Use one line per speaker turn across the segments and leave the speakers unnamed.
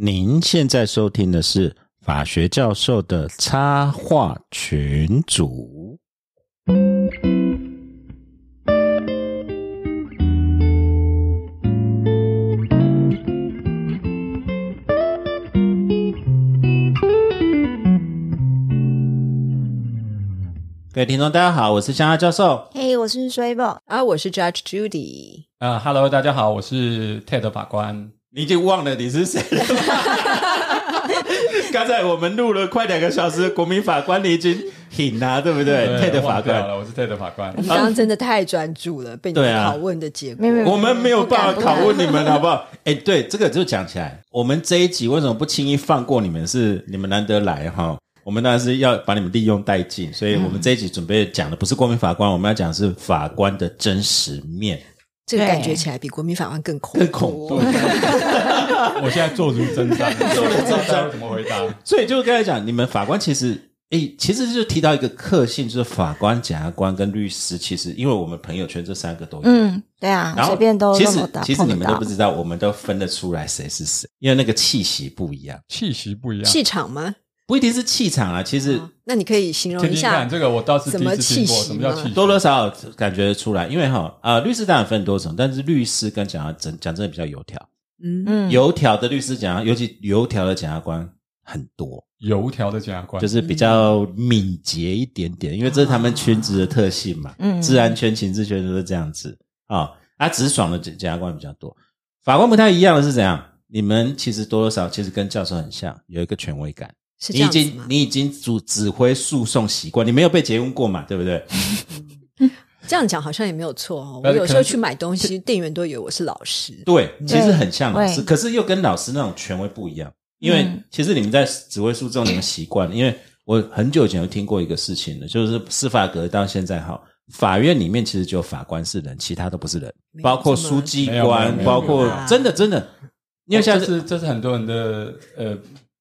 您现在收听的是法学教授的插画群组。各位听众，大家好，我是香鸭教授。
嘿我是 s h r a b e
啊，我是 Judge Judy。
啊、h e l l o 大家好，我是 TED 法官。
你已经忘了你是谁 了吧。刚才我们录了快两个小时，国民法官你已经醒了、对不对？TED 法
忘掉
官，
了，我是 TED 法官。
你刚刚真的太专注了，被你的
对啊
拷问的结果
没有。没有，
我们没有办法
不敢
拷问你们，好不好？哎，对，这个就讲起来，我们这一集为什么不轻易放过你们是？你们难得来哈，我们当然是要把你们利用殆尽，所以我们这一集准备讲的不是国民法官，我们要讲的是法官的真实面，
这个
对
感觉起来比国民法官更恐
更
怖。
恐怖。
我现在坐如针毡，
坐如针毡
毡，怎么回答？
所以就刚才讲，你们法官其实，诶、其实就提到一个特性，就是法官、检察官跟律师，其实因为我们朋友圈这三个都有。
嗯，对啊，
然后
随便都
其
那么
实
打
其实
碰
你
得
们都
到
不知道，我们都分得出来谁是谁，因为那个气息不一样，
气息不一 样。
气场吗？
不一定是气场啊，其实
啊那你可以形容
听
一
听看，
下
这个我倒是第一次听过，
什
什
么气息吗
么叫气息？
多多少少感觉得出来。因为哈啊、呃律师当然分多种，但是律师跟检察讲讲真的比较油条，
嗯，
嗯，
油条的律师检察，尤其油条的检察官很多，
油条的检察官，
就是比较敏捷一点点，因为这是他们圈子的特性嘛。
嗯
治安圈、情治圈都是这样子啊、啊，直爽的检检察官比较多，法官不太一样的是怎样？你们其实多多少少其实跟教授很像，有一个权威感。
是这
你已
样子
经
吗？
你已经主指挥诉讼习惯，你没有被结婚过嘛？对不对？
这样讲好像也没有错哦。我
但是
有时
呃可
候
能
去买东西，店员都以为我是老师。
对，其实很像老师，
对
可是又跟老师那种权威不一样。因为
嗯
其实你们在指挥诉讼，你们习惯了。因为我很久以前有听过一个事情的，就是司法革到现在哈，法院里面其实只有法官是人，其他都不是人，
没有
包括
这么
书记
没有没有
官
没，有
包括
没有
真的真的，因为
这
像是
哦
是这是很多人的呃，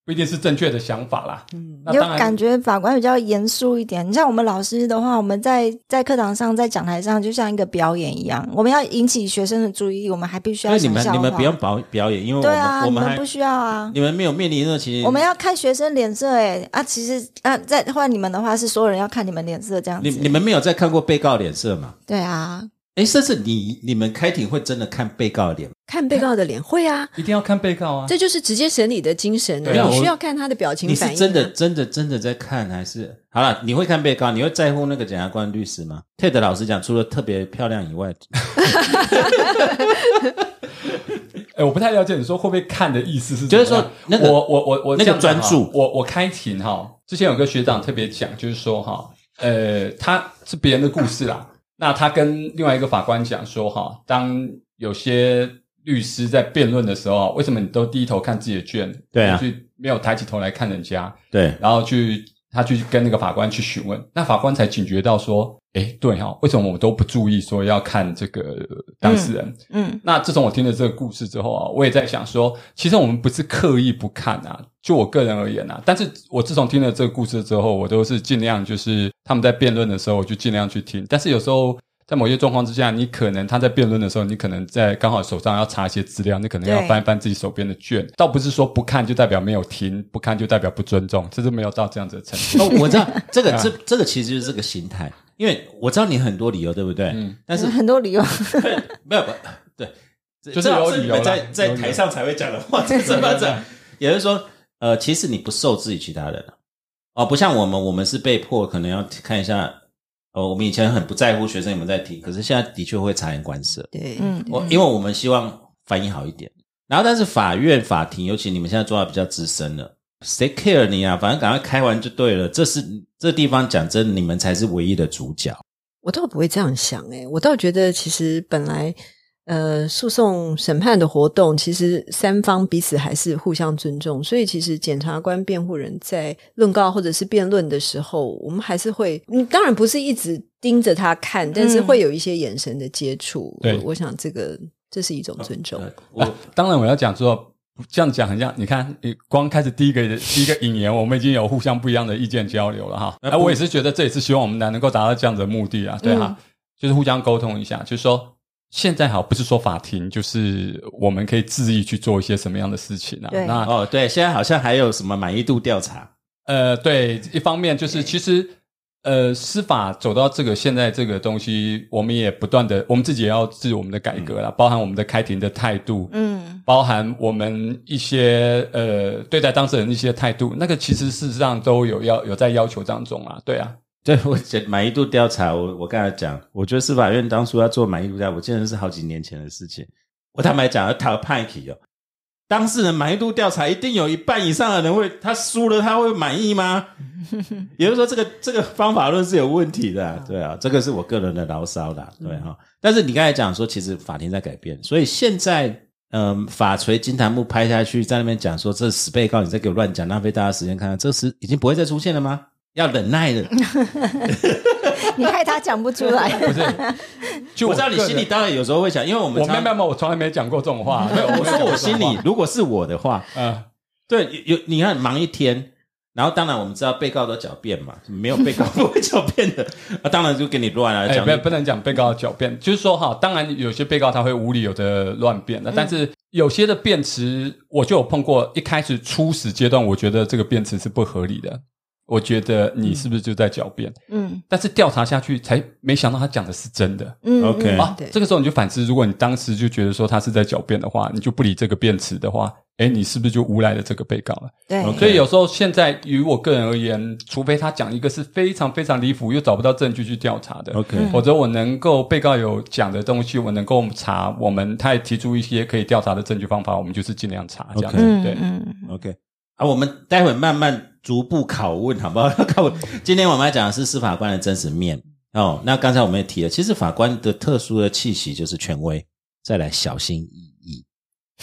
不一定是正确的想法啦。
嗯，
那
有
当然
感觉法官比较严肃一点。你像我们老师的话，我们在在课堂上、在讲台上，就像一个表演一样，我们要引起学生的注意力，我们还必须
因
要
为你
想
们
笑
你们
话
不用表表演，因为我
对
们、
啊，
我
你
们还
们不需要啊。
你们没有面临那种情形，
我们要看学生脸色哎、啊，其实啊，再换你们的话是所有人要看你们脸色这样子。
你你们没有在看过被告脸色嘛？
对啊，
诶，甚至你你们开庭会真的看被告的脸吗？
看被告的脸会啊，
一定要看被告啊，
这就是直接审理的精神
对
啊。
啊
你
我
需要看他的表情
你
反
啊
是
应。
真
啊
的、，真的、真的在看，还是好了？你会看被告，你会在乎那个检察官、律师吗？TED 老师讲，除了特别漂亮以外，
哎，我不太了解你说会不会看的意思是怎
就
么
是
样，
说那个
我我我我
那个
这样讲哈
专注
我我开庭哈，之前有个学长特别讲，就是说哈，呃，他是别人的故事啦，那他跟另外一个法官讲说哈，当有些律师在辩论的时候，啊为什么你都低头看自己的卷，
对啊
去没有抬起头来看人家，
对
然后去他去跟那个法官去询问，那法官才警觉到说，诶，对哈、为什么我都不注意说要看这个当事人？
嗯，
那自从我听了这个故事之后啊，我也在想说，其实我们不是刻意不看啊，就我个人而言啊，但是我自从听了这个故事之后，我都是尽量就是他们在辩论的时候，我就尽量去听。但是有时候在某些状况之下，你可能他在辩论的时候，你可能在刚好手上要查一些资料，你可能要
对
翻一翻自己手边的卷，倒不是说不看就代表没有听，不看就代表不尊重，这是没有到这样子的程度。
哦，我 知道这
啊
个这这个其实就是这个心态，因为我知道你很多理由，对不对？
嗯
但 是
很多理由。
没有不对，这
就是
这
有
这你
理由
们
啦
在在
有理由
台上才会讲的 话，这怎么讲？也就是说，呃，其实你不受制于其他人了哦，不像我们，我们是被迫可能要看一下。哦，我们以前很不在乎学生有没有在听，可是现在的确会察言观色。
对，
嗯，
我因为我们希望反应好一点，然后但是法院、法庭，尤其你们现在做到比较资深了，谁 care 你啊？反正赶快开完就对了。这是这地方讲真，你们才是唯一的主角。
我倒不会这样想诶、我倒觉得其实本来呃诉讼审判的活动，其实三方彼此还是互相尊重，所以其实检察官、辩护人在论告或者是辩论的时候，我们还是会，你当然不是一直盯着他看，但是会有一些眼神的接触。
对
我我想这个这是一种尊重。
我、
当然我要讲说，这样讲很像，你看，你光开始第一个第一个引言，我们已经有互相不一样的意见交流了哈。
那
哎、
不
我也是觉得这也是希望我们能够达到这样子的目的啊，对哈、就是互相沟通一下，就是说现在好，不是说法庭，就是我们可以恣意去做一些什么样的事情啊？
对
那
哦，对，现在好像还有什么满意度调查，
呃，对，一方面就是其实呃，司法走到这个现在这个东西，我们也不断的，我们自己也要自我们的改革啦，包含我们的开庭的态度，
嗯，
包含我们一些呃对待当事人的一些态度，那个其实事实上都有要有在要求当中啊，对啊，
对我觉得满意度调查，我我刚才讲，我觉得司法院当初要做满意度调查，我记得是好几年前的事情。我坦白讲，要讨派题哦，当事人满意度调查一定有一半以上的人会，他输了他会满意吗？也就是说，这个这个方法论是有问题的啊、对啊，这个是我个人的牢骚啦，对哈、但是你刚才讲说，其实法庭在改变，所以现在嗯、法锤金檀木拍下去，在那边讲说这死被告你在给我乱讲，浪费大家时间看看，这是已经不会再出现了吗？要忍耐了。
你害他讲不出来。
不是，就
我知道你
个人
心里当然有时候会想，因为我们
我没
常
有没有，没有我从来没讲过这种话， 没有，
我
没有讲
说
过
我
这种
心
话
里，如果是我的话，
呃，
对，有有你看忙一天，然后当然我们知道被告都狡辩嘛，没有被告 不会狡辩的，啊，当然就给你乱啊，
哎，
讲
不不能讲被告狡辩，就是说哈，当然有些被告他会无理由的乱辩的，但是有些的辩词我就有碰过，一开始初始阶段，我觉得这个辩词是不合理的，我觉得你是不是就在狡辩？
嗯
但是调查下去才没想到他讲的是真的。
嗯
OK
嗯
啊
对，
这个时候你就反思，如果你当时就觉得说他是在狡辩的话，你就不理这个辩词的话，哎，你是不是就诬赖了这个被告了？
对
OK
所以有时候现在于我个人而言，除非他讲一个是非常非常离谱又找不到证据去调查的
OK
否则我能够被告有讲的东西，我能够查，我们他也提出一些可以调查的证据方法，我们就是尽量查这样子。
嗯
对，
嗯
OK 啊，我们待会慢慢逐步拷问，好不 好？拷问。今天我们要讲的是司法官的真实面哦。那刚才我们也提了，其实法官的特殊的气息就是权威，再来小心翼翼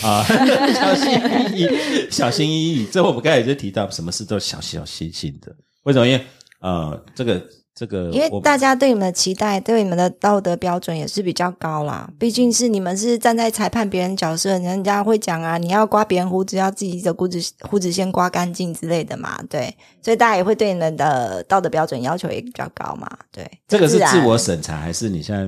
啊， 小心翼翼，小心翼翼。这我们刚才也就提到，什么事都小小心心的。为什么？因为呃，这个这个，
因为
我
大家对你们的期待，对你们的道德标准也是比较高啦。毕竟是你们是站在裁判别人角色，人家会讲啊，你要刮别人胡子，要自己的胡子胡子先刮干净之类的嘛。对，所以大家也会对你们的道德标准要求也比较高嘛。对，
这个是
然
自我审查，还是你现在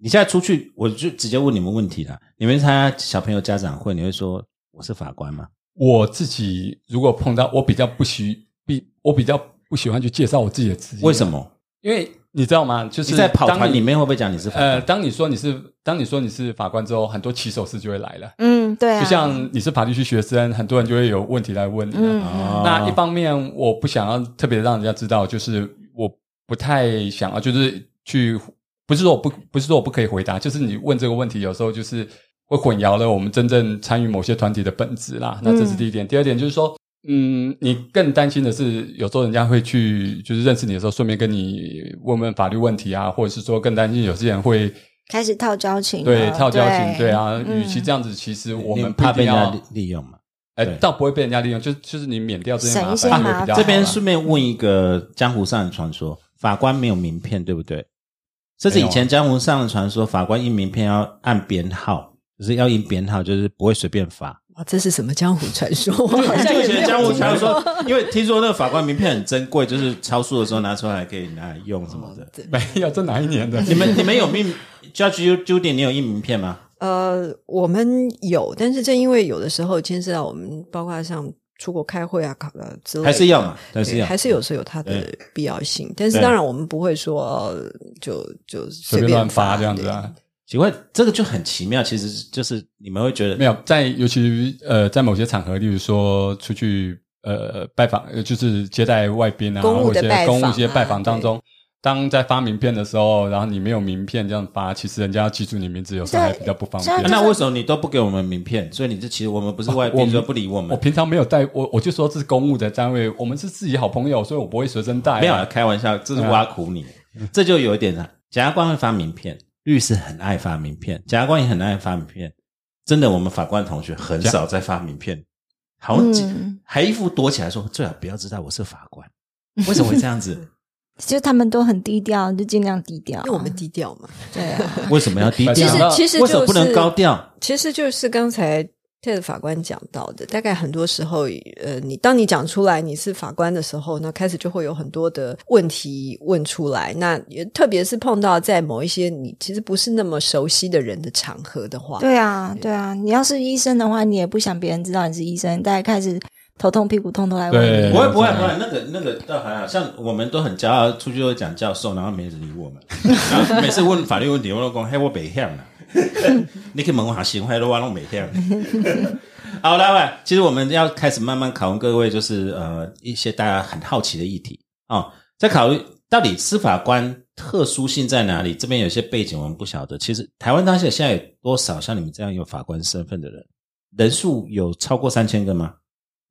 你现在出去，我就直接问你们问题了。你们参加小朋友家长会，你会说我是法官吗？
我自己如果碰到我比较不喜，比我比较不喜欢去介绍我自己的职业，
为什？么？
因为你知道吗？就是
你在跑
当
团
你
里面会不会讲你是法官？
呃，当你说你是当你说你是法官之后，很多起手式就会来了。
嗯，对啊，
就像你是法律系学生，很多人就会有问题来问你啊。
嗯
哦
那一方面，我不想要特别让人家知道，就是我不太想要，就是去不是说我不不是说我不可以回答，就是你问这个问题，有时候就是会混淆了我们真正参与某些团体的本质啦。那这是第一点，第二点就是说。嗯，你更担心的是，有时候人家会去，就是认识你的时候，顺便跟你问问法律问题啊，或者是说更担心有些人会
开始套交情了，
对套交情，对啊。
嗯
与其这样子，其实呃我
你
们
怕
不一定
被人家
要
利利用嘛？
哎
对，
倒不会被人家利用，就就是你免掉这些麻
省一些
烦
麻
会比较
烦
好啦。
这边顺便问一个江湖上的传说：法官没有名片，对不对？甚至以前江湖上的传说，法官印名片要按编号，就是要印编号，就是不会随便发。
哇，这是什么江湖 传说？我好像
就以
也
前
没有
江湖传
听过
说，因为听说那个法官名片很珍贵，就是超速的时候拿出来可以拿来用什么的。
没有，这哪一年的？
你们你们有命 Judge Judy，你有印名片吗？
呃，我们有，但是正因为有的时候牵涉到我们，包括像出国开会啊、考呃之类的，
还是要嘛？还是
对，
要？
还是有时候有它的
对
必要性。但是
对
当然，我们不会说呃就就
随
随
便乱发
发
这样子啊？
请问这个就很奇妙，其实就是你们会觉得
没有，在尤其于呃，在某些场合，例如说出去呃拜访，呃就是接待外宾啊，
公务
或
的
者一
拜
些公务
访
一些
啊
拜访当中。当在发名片的时候，然后你没有名片这样发，其实人家要记住你名字，有时候还
对
比较不方
这样
便
啊。
就
那为什么你都不给我们名片？所以你这其实我们不是外
哦我
宾，
们
说不理我们
我。平常没有带我，我就说这是公务的单位，我们是自己好朋友，所以我不会随身带啊、
没有啊，开玩笑，这是挖苦你。
嗯
这就有一点了。检察官会发名片，律师很爱发名片，检察官也很爱发名片。真的，我们法官同学很少在发名片，好像几
嗯
还一副躲起来说最好不要知道我是法官。为什么会这样 子？
就他们都很低调，就尽量低调啊。
因为我们低调嘛。
对啊，
为什么要低
其
调
实？
那
其实
为什么不
就是
能高调？
其实就是刚才 Ted 法官讲到的，大概很多时候，呃，你当你讲出来你是法官的时候，那开始就会有很多的问题问出来。那也特别是碰到在某一些你其实不是那么熟悉的人的场合的话，
对啊，对啊，你要是医生的话，你也不想别人知道你是医生，大家开始头痛屁股痛都来问
对
你。
不会不会不会，那个那个倒还好像我们都很骄傲，出去都讲教授，然后没人理我们， 然后每次问法律问题，我都讲嘿我北向了， 你去问我行，我都我弄北向。 好，来来，其实我们要开始慢慢拷问各位，就是呃一些大家很好奇的议题啊、哦在考虑到底司法官特殊性在哪里？这边有些背景我们不晓得。其实台湾当下现在有多少像你们这样有法官身份的人？人数有超过三千个吗？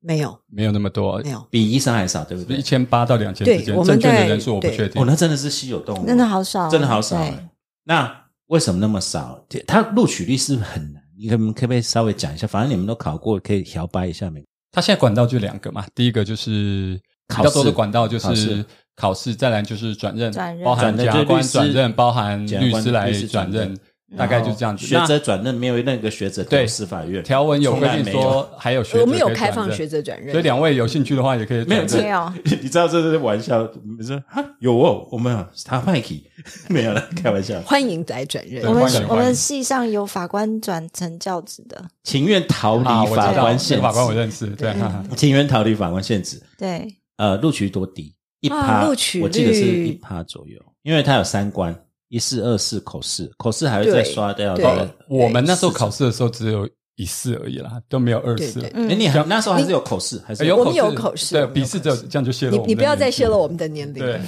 没有
没有那么多，
没有，
比医生还少，对不对
一？千八到两千
对
之间
我，们
证券
在
的人数我不
对
确
哦
定，。
那真的是稀有动物，
真的好少，啊
真的好少、
对
欸。那为什么那么少？它录取率是不是很难？你们可不可以稍微讲一下？反正你们都考过，可以摇摆一下没？
他现在管道就两个嘛，第一个就是
考
比
试
较多的管道就
考
是
试
考试，再来就是转任，
转任
包含
转任
检察官
就是
转
律师
任，包含
检察
律
官
师来
律师转
转任
任，
嗯大概就这样子。
学
那
者转任没有任何学者
对
对司法院
条文有规
从来
定
没有
说，还有学者
我们有
可以
开
转
放
任
学者转任，
所以两位有兴趣的话也可以
没有
转
这
任
没有，
你知道这是玩笑，你说哈有哦，我们他麦克 没有了，开玩
啊
笑，
欢迎来转任
对
我。
欢迎
们我
欢迎
们系上有法官转成教职的，
情愿逃
啊，
离
我
法
知道
官
这
限
个
制，
法官我认识，对，哈哈
情愿逃离法官限制，
对，
呃，录取多低？一趴，
啊录取率
我记得是一趴左右，因为它有三关，一试、二试、口试，口试还会再刷掉
对
的。
我们那时候考试的时候只有一试而已啦，都没有二试
对。对
哎，你那时候还是有口试，还是
哎有
我
口
们
试，
有口试
对
我们有
笔试
口
只有
试
这样就泄露
你
我们
你
的
不要再
年纪
泄露我们的年龄。
对，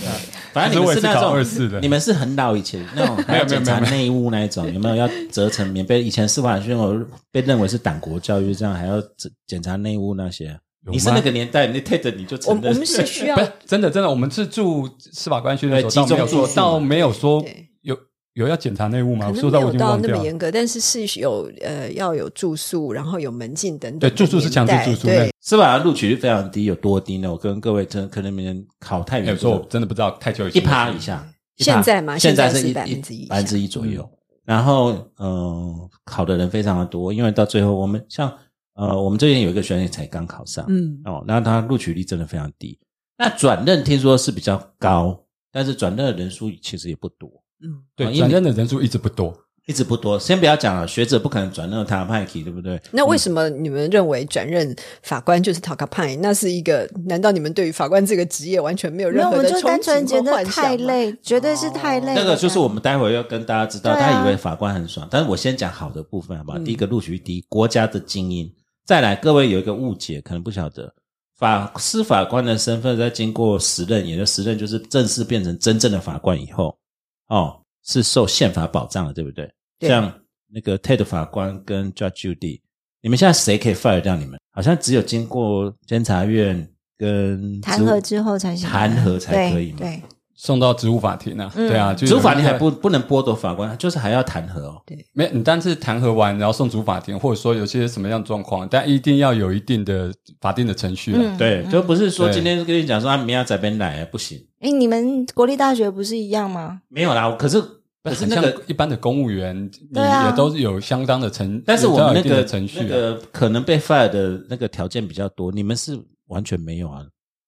反正你们是那种
其实我也是考二试的
你们是很老以前那 种还要检查内务那一种，有没有要折成棉被？以前司法学院我被认为是党国教育，这样还要检检查内务那些。
有吗
你是那个年代，你 TED 你就
我
承
们我
认
们是需要
不是真的真的，我们是住司法官训练
对
所，
集
倒没有
中住
说
宿
倒没有说
对
有有要检查内务吗？
可
我
能
说
没
我
有
已经
到
忘
那
掉
么
了。
严格，但是是有呃要有住宿，然后有门禁等等的年代。
对住宿是强制住宿
对，
司法录取率非常低，有多低呢？我跟各位真的可能你们考太
哎
远
有
了，
时候我真的不知道，太久以
一
前
趴以下。1%
现在嘛
现
现在
是
是
一
1%以下嗯
百分之一左右。然后，嗯、呃，考的人非常的多，因为到最后我们像呃，我们最近有一个学生才刚考上，
嗯，
哦，那他录取率真的非常低。那转任听说是比较高，但是转任的人数其实也不多，
嗯，
哦
对
因为
转任的人数一直不多，
一直不多。先不要讲了，学者不可能转任他派系，对不对？
那为什么你们认为转任法官就是 t a l k p i n 那是一个？难道你们对于法官这个职业完全没有
嗯没
任
有，
何
我
的
就
憧
单纯觉
憬或
得
幻想
太
吗？
累，绝对是太累了。
那个就是我们待会要跟大家知道，
对啊嗯
大家以为法官很爽，但是我先讲好的部分好不好？第一个录取率低，国家的精英。再来，各位有一个误解，可能不晓得，法司法官的身份在经过时任，也就时任就是正式变成真正的法官以后，哦，是受宪法保障的，对不对？
对
像那个 TED 法官跟 Judge Judy，你们现在谁可以 fire 掉你们？好像只有经过监察院跟
弹劾之后才行，
弹劾才可以嘛。
对，
送到职务法庭啊，
嗯
对啊，就
执
有
法你
一个
还不不能剥夺法官，就是还要弹劾哦。
没，你单是弹劾完，然后送主法庭，或者说有些什么样的状况，但一定要有一定的法定的程序、啊。
嗯
对，就不是说
对
今天跟你讲说啊，明天这边来不行，
哎，你们国立大学不是一样吗？
没有啦。我可是
不
可
是
是
很
那
像
个，
一般的公务员，你
对啊
也都是有相当的程，
但是我们
也
那
都有一定的
个
程序、啊
那个可能被 fire 的那个条件比较多，你们是完全没有啊。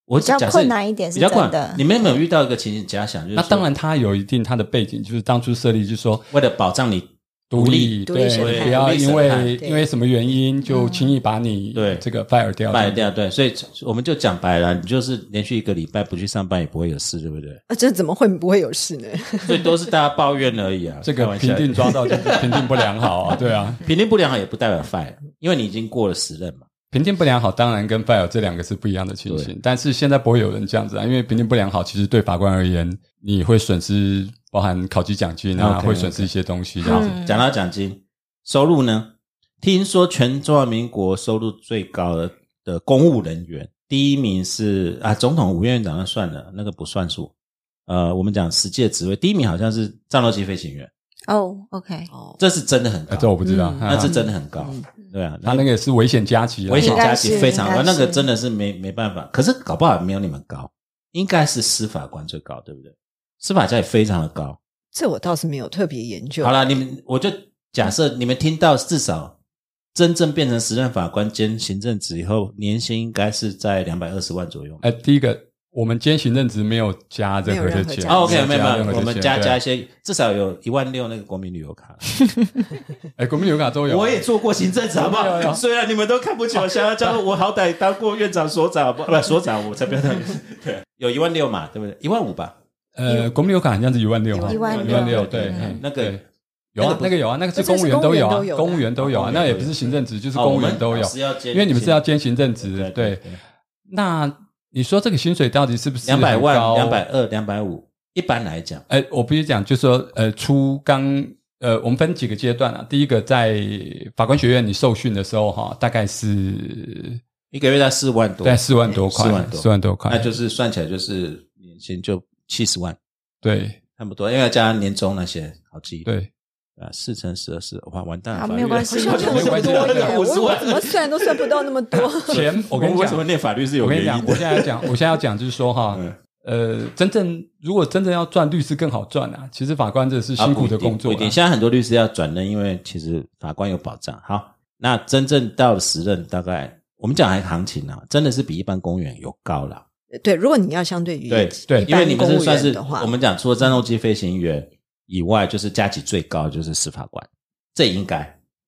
我
比较
假设
困难一点是
比较困
真的
难。你们有没有遇到一个情形？假想就是
那
说
当然，它有一定它的背景，就是当初设立，就是说
为了保障你
独立，
独立
对，
审判
不要
独立审
因为
判
对嗯
因为什么原因就轻易把你
对
这个 fire 掉，
败掉，对，所以我们就讲白了，你就是连续一个礼拜不去上班也不会有事，对不对？
啊，这怎么会不会有事呢？
最多是大家抱怨而已啊。
这
开
个
玩笑
评定抓到就是评定不良好 啊，对啊，
评定不良好也不代表 fire，因为你已经过了时任嘛。
评定不良好当然跟 fire 这两个是不一样的情形，但是现在不会有人这样子啊，因为评定不良好其实对法官而言，你会损失包含考级奖金啊
OK，
会损失一些东西这样
好
嗯
子。，
嗯
讲到奖金收入呢，听说全中华民国收入最高的的公务人员，第一名是啊，总统、吴院长那算了，那个不算数。呃，我们讲实际的职位，第一名好像是战斗机飞行员，
哦，OK，
哦，
这是真的很
啊这
高，
我不知道，
嗯
哈哈
那是真的很高
嗯，
对啊，
他那个是危险加级啊，
危险
应该
加级
是
非常
应
高，
该
那个
是
真的是没没办法。可是搞不好也没有你们高，应该是司法官最高，对不对？司法家也非常的高，
这我倒是没有特别研究。
好了，你们我就假设你们听到至少真正变成时任法官兼行政职以后，年薪应该是在两百二十万左右。
哎，第一个，我们今天行政职没有加任何
没有
的
任何
钱
加
哦，OK，没有
任
没
何
有，
的
我们
钱
加
对
加一些，至少有一万六那个国民旅游卡。
哎，国民有卡都有，
我也做过行政职，好不
有有
好？虽然你们都看不起我，想要教我，好歹当过院长、所 长，不不所长，我才不要当。对， 有一万六嘛，对不对？一万五吧，
呃，国民有卡好像是一万六，
一万
一
六
万六，对
嗯，
嗯
那个
对有啊，那个有啊，那个是公务员都有啊，公务员都有啊，那也不是行政职，就是
哦
公
我
务
们
员都有
老，师要接，
因为你们是要兼行政职
对，
对。那你说这个薪水到底是不是
两百
很
万、
高
两百？二、两百五，一般来讲，
哎，我必须讲，就是说，呃，初刚，呃，我们分几个阶段啊。第一个，在法官学院你受训的时候，哈，大概是
一个月在四万多，
在四万多块，
四万多
四万多块，
那就是算起来就是年薪就七十万，
对
差不多，因为要加年终那些，好记。
对。
啊，四乘十二是哇，完蛋
好
了，
没有关系
好像没有很
啊
多耶，
五
我
十
我
万
怎。么算都算不到那么 多。
钱，我跟你
为
讲
什，么念法律是
我
有
跟
原
你讲，
因
我
的
现。在要讲，我现在要讲就是说 哈
嗯，
呃，真正如果真正要赚，律师更好赚啊。其实法官这是辛苦的工作、
啊不一定不
啊
一定现在很多律师要转任，因为其实法官有保障。好，那真正到了时任，大概我们讲还行情啊，真的是比一般公务员有高了。
对，如果你要相对于
对
对
因为你们是算
一
是
般公务员的话
我们讲除了战斗机飞行员以外，就是加级最高就是司法官，这应该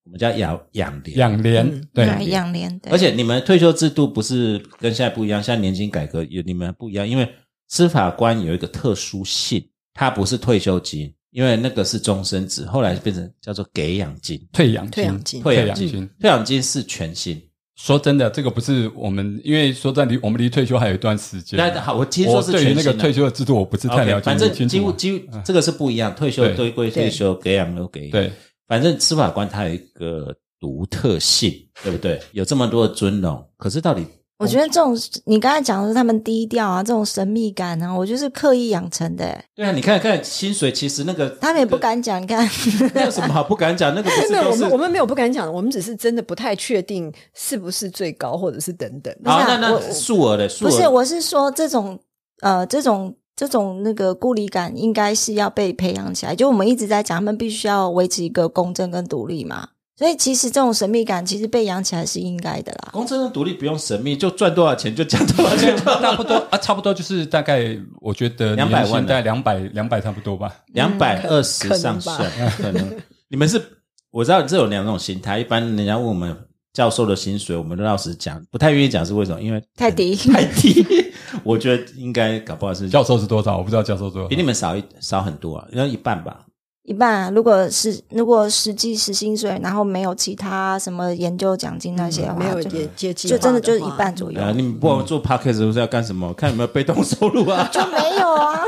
我们叫养养廉。
养廉、
嗯
对。
对，养廉，对
而且你们退休制度不是跟现在不一样，现在年金改革也你们不一样，因为司法官有一个特殊性，它不是退休金，因为那个是终身制，后来变成叫做给养金。
退养金，
退养金
退
退
养
金。
金，退养金是全薪。
说真的，这个不是我们，因为说在离我们离退休还有一段时间。啊
那好，我听说
我
是
对于
全
那
薪
个
啊
退休的制度，我不是太
OK，
了解。
反
你
正
清楚
几乎
吗
几乎这个是不一样，退休
对
对归退休，给养有给养。
对，
反正司法官他有一个独特性，对不对？ 有这么多的尊荣，可是到底
我觉得这种你刚才讲的是他们低调啊，这种神秘感啊，我就是刻意养成的耶。
对啊？你看看薪水，其实那个
他们也不敢讲，你看，
那有什么好不敢讲？那个不是
没有，
都
我
是
们我们没有不敢讲的，我们只是真的不太确定是不是最高，或者是等等。
好，
不是
那
啊我
那数额的数
不
额
是，我是说这种呃，这种这种那个顾里感，应该是要被培养起来。就我们一直在讲，他们必须要维持一个公正跟独立嘛。所以其实这种神秘感，其实被养起来是应该的啦。
公正的独立不用神秘，就赚多少钱就讲多少 钱就好
差不多啊，差不多就是大概，我觉得
200
年薪
万啊
大概两百两百差不多吧。
两百二十
可能
上算
嗯
吧，
可能你们是我知道这有两种心态，一般人家问我们教授的薪水，我们都老实讲，不太愿意讲是为什么？因为
泰迪，
嗯
太低， 我觉得应该搞不好是
教授是多少？我不知道教授多少
比。你们少一少很多啊，要一半吧。
一半、啊，如果是如果实际实薪水，然后没有其他什么研究奖金那些的话，
嗯没有
就
也接近，
就真的就是一半左右
嗯
对，啊，你们不管做 podcast 是不是要干什么？看有没有被动收入 啊？
就没有啊，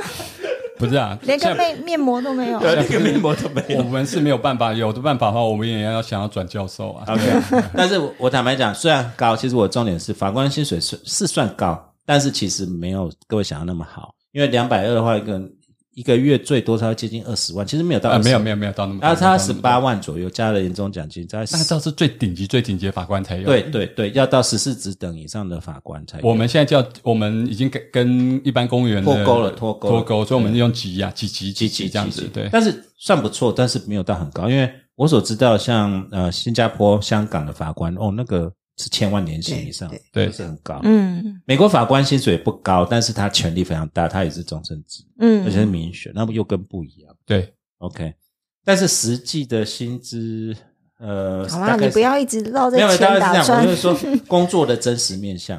不是啊，
连个
现在
面面膜都没有。
对啊，那个面膜都没有
我。们是没有办法，有的办法的话，我们也要想要转教授啊。
OK，但是我坦白讲，虽然高，其实我重点是法官薪水是是算高，但是其实没有各位想的那么好，因为两百二的话，一个一个月最多才会接近二十万，其实没有到
啊，没有没
有，
有没有到那么高，
然后
没
他
有到
十
那么高
八万左右，加了年终奖金，在
那个倒是最顶级、最顶级的法官才有。
对，对对，要到十四职等以上的法官才有
我们现在叫我们已经跟跟一般公务员的
脱钩了脱钩了
脱钩，所以我们用级啊，几级
几
级
级
这样子。对，
但是算不错，但是没有到很高，因为我所知道像呃新加坡、香港的法官哦，那个是千万年薪以上，
对对
就是很高。
嗯
美国法官薪水不高，但是他权力非常大，他也是终身制，而且是
嗯，
民选，那不又更不一样。
对，
OK，但是实际的薪资，呃，
好
大概
啦，你
是
不要一直绕在
没有，大
前
概
打
是这样。
转
我就。是说工作的真实面向，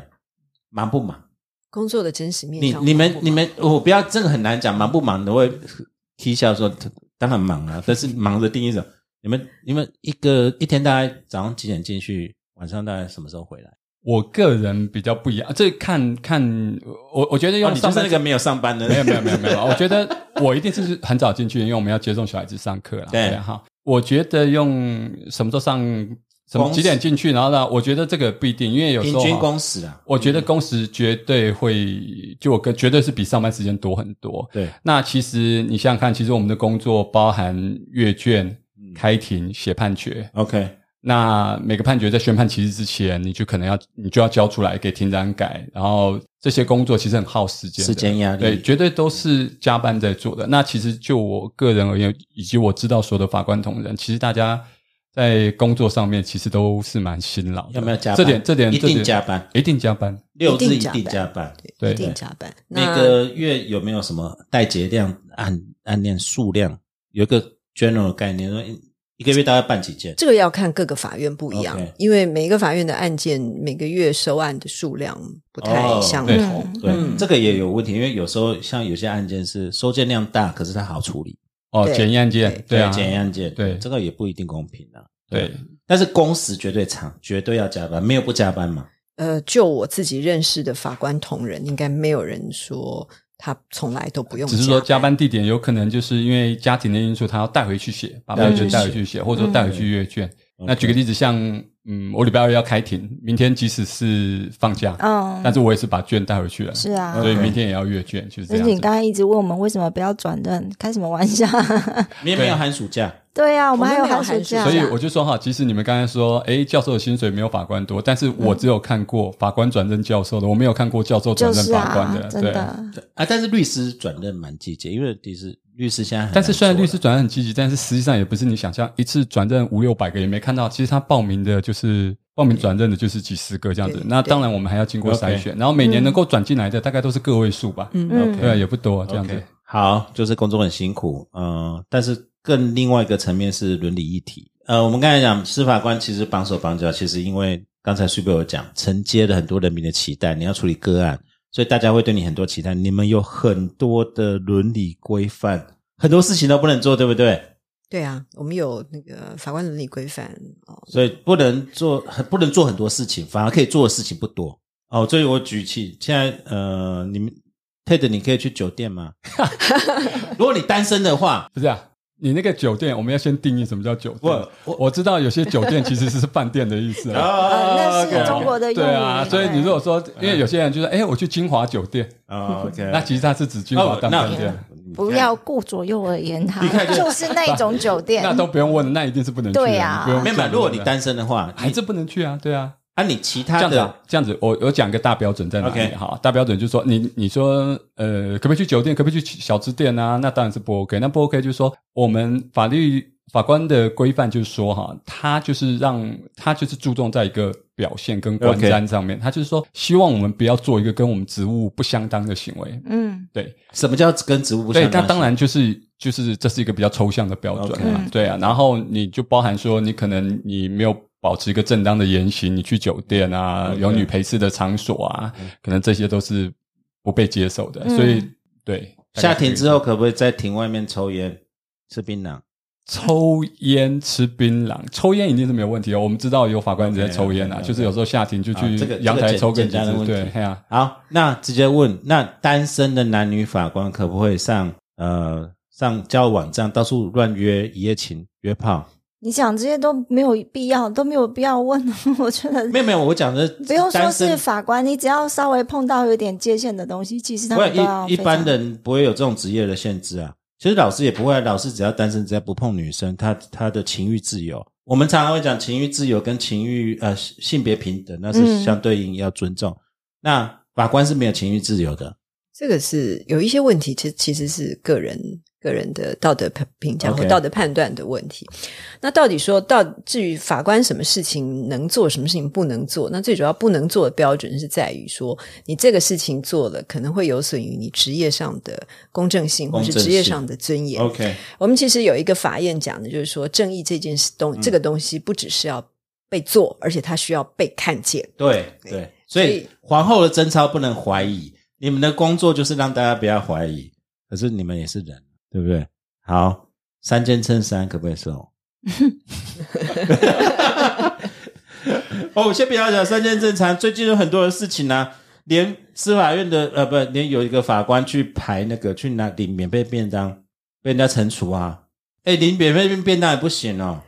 忙不忙？
工作的真实面
你
向
你们
不
你们，我不要这个很难讲，忙不忙的会踢笑说，当然忙啊， 但是忙的定义是什么？你们你们一个一天大概早上几点进去，晚上大概什么时候回来？
我个人比较不一样，这看看我我觉得
哦，
用
你就
上
是
班
那个没有上班的，
没有 没有没有没有，我觉得我一定是很早进去，因为我们要接送小孩子上课了。
对
哈，我觉得用什么时候上，什么
公司
几点进去，然后呢，我觉得这个不一定，因为有时
平
候
均
哈
工时啊，
我觉得工时绝对会，就我跟绝对是比上班时间多很多。
对。
那其实你想想看，其实我们的工作包含阅卷、
嗯
开庭、写判决。
OK，
那每个判决在宣判期日之前，你就可能要你就要交出来给庭长改，然后这些工作其实很耗时间的，
时间压力
对，绝对都是加班在做的。那其实就我个人而言，以及我知道所有的法官同仁，其实大家在工作上面其实都是蛮辛劳的。
要不要加班？
这点这点
一
这
定
点
加班，
一定加班。
六日
一定
一
加班
定加班。
对
一定加班。
每个月有没有什么带节量按按量数量有一个 general 的概念？说一个月大概办几件？
这个要看各个法院不一样
OK
因为每一个法院的案件每个月收案的数量不太
哦
相
对
同。
嗯
对，
嗯
这个也有问题，因为有时候像有些案件是收件量大，可是它好处理，
哦，
对
简易案件，对啊，
简易案件，
对
这个也不一定公平啊。
对，
但是工时绝对长，绝对要加班，没有不加班嘛。
呃，就我自己认识的法官同仁，应该没有人说他从来都不用，
只是说加。班地点有可能就是因为家庭的因素，他要带回去写，把
带
判
回去
决带回
写
去写，或者说带回去阅卷。那举个例子，像嗯，我礼拜二要开庭，明天即使是放假，
嗯，
但是我也是把卷带回去了，
是啊。
所以
OK
明天也要阅卷，就是这
而且
样
你
子。
刚刚一直问我们为什么不要转任，开什么玩笑？
你也没有寒暑假，
对啊呀、我们还有
我们没
寒
有
暑
寒暑
假，
所以我就说哈，其实你们刚才说，诶，教授的薪水没有法官多，但是我只有看过法官转任教授的，我没有看过教授转
就
任
是
法
啊
官，
真
对。
的。
对啊，但是律师转任蛮积极，因为律师律师现在很
哎
难
但是虽然
做
律
了
师转任很积极，但是实际上也不是你想象一次转任五六百个也没看到。其实他报名的就是报名转任的就是几十个这样子
嗯
对。
那当然我们还要经过筛选，然后每年能够转进来的大概都是个位数吧，
嗯
对啊，也不多这样子
OK，。好，就是工作很辛苦，呃，但是更另外一个层面是伦理议题。呃，我们刚才讲司法官其实绑手绑脚，其实因为刚才苏贝有讲，承接了很多人民的期待，你要处理个案，所以大家会对你很多期待，你们有很多的伦理规范，很多事情都不能做，对不对？
对啊，我们有那个法官伦理规范哦，
所以不能做很不能做很多事情，反而可以做的事情不多。哦，所以我举起现在呃，你们 TED 你可以去酒店 吗？如果你单身的话，
不是啊，你那个酒店我们要先定义什么叫酒店
我。
我我知道有些酒店其实是饭店的意思 啊。
啊
那是
OK，OK
中国的用语。
对啊，所以你如
对
果说，因为有些人就说，哎，我去金华酒店，
哦，OK，
那其实它是指金华
哦
当
那
饭店，
不要顾左右而言他
你看，就
就是那种酒店。
那都不用问，那一定是不能去的。
对啊
你不用
没有
讲
嘛。如果你
对不对
单身的话，
还是不能去啊，对啊。
啊，你其
这
他
样子、啊
的，
这样子，我我讲一个大标准在哪里
OK
哈大标准就是说，你你说呃，可不可以去酒店，可不可以去小吃店啊？那当然是不 OK。那不 OK 就是说，我们法律法官的规范就是说哈，他就是让他就是注重在一个表现跟观
OK
瞻上面他就是说希望我们不要做一个跟我们职务不相当的行为。
嗯，
对
什么叫跟植物不
对，
相
那
干？
当然就是就是这是一个比较抽象的标准
OK
嘛，对啊。然后你就包含说，你可能你没有保持一个正当的言行，你去酒店啊，
OK 嗯
有女陪侍的场所啊，可能这些都是不被接受的。所以
嗯
对，
下庭之后可不可以在庭外面抽烟、吃槟榔？
抽烟吃槟榔，抽烟一定是没有问题哦。我们知道有法官直接
OK，
抽烟啊，
OK，OK
就是有时候下庭就
啊
去
这个
阳台抽根
这个简简单的问题
对，哎呀，
好，那直接问，那单身的男女法官可不可以上呃上交友网站到处乱约一夜情、约炮？
你讲这些都没有必要，都没有必要问。 我觉得
没有没有，我讲的
不用说
单
是
身
法官，你只要稍微碰到有点界限的东西，其实他
不
们都要
然一一
非常
般人不会有这种职业的限制啊。其实老师也不会啊，老师只要单身，只要不碰女生，他他的情欲自由。我们常常会讲情欲自由跟情欲呃性别平等，那是
嗯
相对应要尊重。那法官是没有情欲自由的，
这个是有一些问题，其实其实是个人个人的道德评评价
OK
或道德判断的问题。那到底说到至于法官什么事情能做，什么事情不能做，那最主要不能做的标准是在于说，你这个事情做了可能会有损于你职业上的公正性，或
公
是
正性
职业上的尊严。
OK，
我们其实有一个法院讲的，就是说正义这件事东、
嗯
这个东西不只是要被做，而且它需要被看见。
对对，所
所
以
以
皇后的贞操不能怀疑，你们的工作就是让大家不要怀疑。可是你们也是人，对不对？好，三件衬衫可不可以送？哦，先不要讲三件正常，最近有很多的事情啊，连司法院的呃不，连有一个法官去排那个去拿领免费便当，被人家惩处啊。哎，领免费便当也不行哦。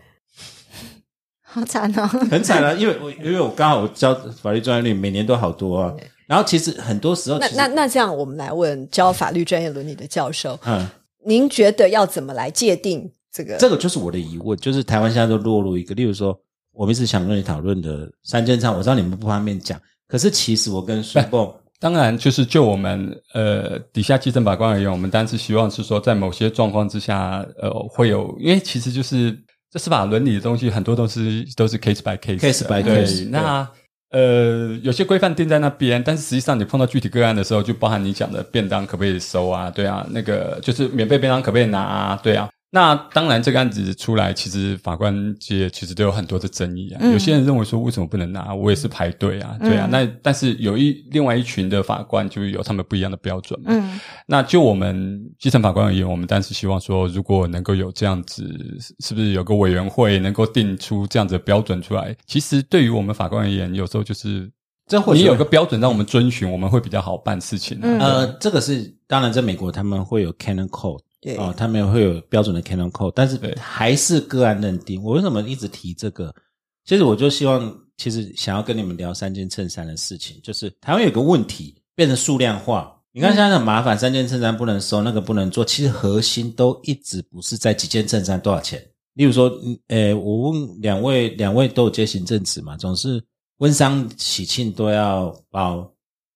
好惨哦。
很惨啊，因为我因为我刚好我教法律专业率每年都好多啊，然后其实很多时候
那
其实
那那这样，我们来问教法律专业伦理的教授，
嗯，
您觉得要怎么来界定这个？
这个就是我的疑问，就是台湾现在都落入一个，例如说我们一直想跟你讨论的三件仓，我知道你们不方便讲，可是其实我跟苏蹦
当然，就是就我们呃底下基层法官而言，我们当然是希望是说，在某些状况之下，呃，会有，因为其实就是这司法伦理的东西很多都是都是 case by case 的
Case by
对
case，
那呃，有些规范定在那边，但是实际上你碰到具体个案的时候，就包含你讲的便当可不可以收啊？对啊，那个就是免费便当可不可以拿啊？对啊。那当然，这个案子出来，其实法官界其实都有很多的争议啊。
嗯
有些人认为说，为什么不能拿？我也是排队啊，对啊。
嗯
那但是有一另外一群的法官就有他们不一样的标准嘛。
嗯
那就我们基层法官而言，我们当然是希望说，如果能够有这样子，是是不是有个委员会能够定出这样子的标准出来？其实对于我们法官而言，有时候就是
这会
你有个标准让我们遵循，我们会比较好办事情、啊。
嗯
呃，这个是当然，在美国他们会有 canon code
对
哦，他们会有标准的 canon code，但是
对
还是个案认定。我为什么一直提这个？其实我就希望，其实想要跟你们聊三件衬衫的事情，就是台湾有个问题变成数量化。你看现在很麻烦，三件衬衫不能收，那个不能做。其实核心都一直不是在几件衬衫多少钱。例如说，嗯诶，我问两位，两位都有接行政职嘛，总是婚丧喜庆都要包，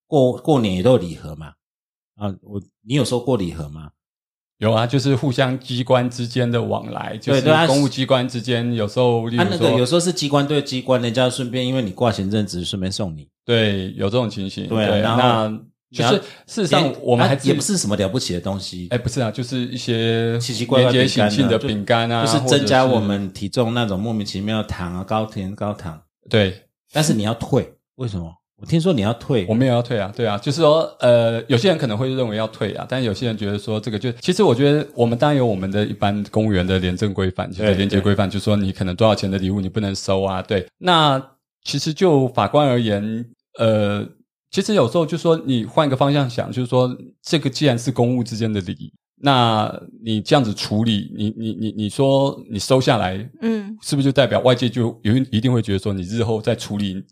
过过年也都有礼盒嘛。啊，我你有收过礼盒吗？
有啊，就是互相机关之间的往来，就是
对啊
公务机关之间有时候，例如
啊，那
说，
个有时候是机关对机关，人家顺便因为你挂行政职，顺便送你。
对有这种情形，
对啊然后
那就是事实上
连
我们还
啊也不是什么了不起的东西，
哎，不是啊，就是一些
奇奇怪怪
连接
饼干
喜庆的
啊就
饼干啊，
就是
或者
增加我们体重那种莫名其妙的糖啊、高甜高糖。
对
但是你要退，为什么？我听说你要退
我，没有要退啊，对啊，就是说，呃，有些人可能会认为要退啊，但有些人觉得说这个就，其实我觉得我们当然有我们的一般公务员的廉政规范，就是
对
廉洁规范，就说你可能多少钱的礼物你不能收啊，对。那其实就法官而言，呃，其实有时候就说你换一个方向想，就是说这个既然是公务之间的礼仪，那你这样子处理，你你你你说你收下来，
嗯，
是不是就代表外界就有一定会觉得说你日后在处理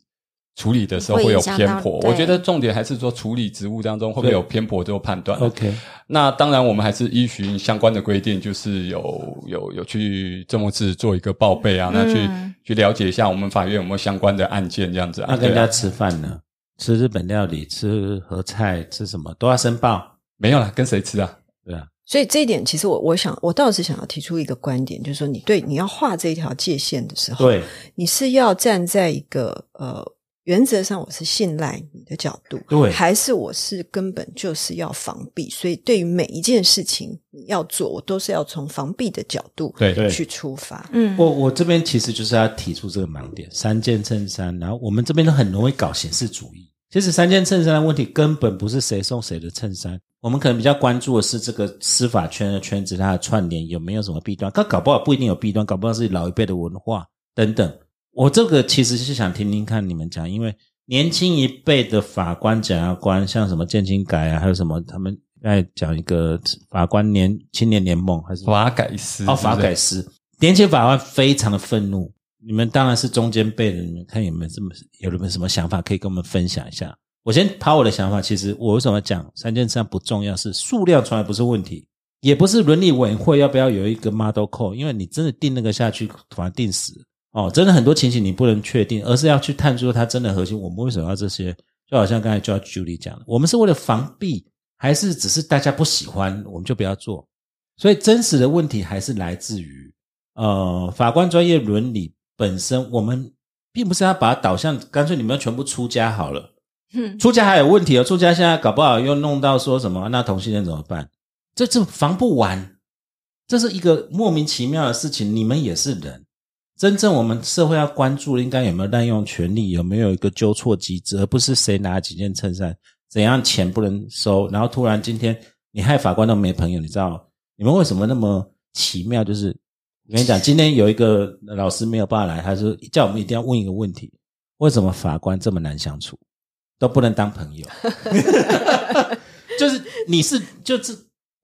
处理的时候
会
会有
影响到
偏颇？
对
我觉得重点还是说处理职务当中会不会有偏颇这个判断。啊
OK，
那当然，我们还是依循相关的规定，就是有有有去政务室做一个报备啊，那去、
嗯
去了解一下我们法院有没有相关的案件这样子啊。
那跟人
对啊
家吃饭呢？吃日本料理、吃和菜、吃什么都要申报，
没有啦，跟谁吃啊？
对啊，
所以这一点，其实我我想，我倒是想要提出一个观点，就是说，你对你要画这一条界限的时候，
对
你是要站在一个呃原则上，我是信赖你的角度，
对
还是我是根本就是要防避？所以对于每一件事情你要做，我都是要从防避的角度
对
对
去出发。
嗯
我我这边其实就是要提出这个盲点，三件衬衫，然后我们这边都很容易搞形式主义。其实三件衬衫的问题根本不是谁送谁的衬衫，我们可能比较关注的是这个司法圈的圈子它的串联有没有什么弊端，但搞不好不一定有弊端，搞不好是老一辈的文化等等。我这个其实是想听听看你们讲，因为年轻一辈的法官、检察官，像什么建清改啊，还有什么他们在讲一个法官年青年联盟还是什么
法改司
哦，法改师，年轻法官非常的愤怒。你们当然是中间辈的，你们看有没有这么有没有什么想法可以跟我们分享一下？我先抛我的想法，其实我为什么讲三件事不重要，是数量从来不是问题，也不是伦理委员会要不要有一个 model code，因为你真的定那个下去，反而定死哦。真的很多情形你不能确定，而是要去探究它真的核心。我们为什么要这些？就好像刚才 j u d Julie 讲的，我们是为了防避，还是只是大家不喜欢，我们就不要做？所以真实的问题还是来自于呃法官专业伦理本身，我们并不是要把它导向，干脆你们要全部出家好了。
嗯
出家还有问题哦，出家现在搞不好又弄到说什么，那同性恋怎么办？这这防不完，这是一个莫名其妙的事情。你们也是人，真正我们社会要关注的，应该有没有滥用权利，有没有一个纠错机制，而不是谁拿几件衬衫，怎样钱不能收，然后突然今天你害法官都没朋友，你知道你们为什么那么奇妙？就是我跟你讲，今天有一个老师没有办法来，他说叫我们一定要问一个问题：为什么法官这么难相处？都不能当朋友， 就是你是就是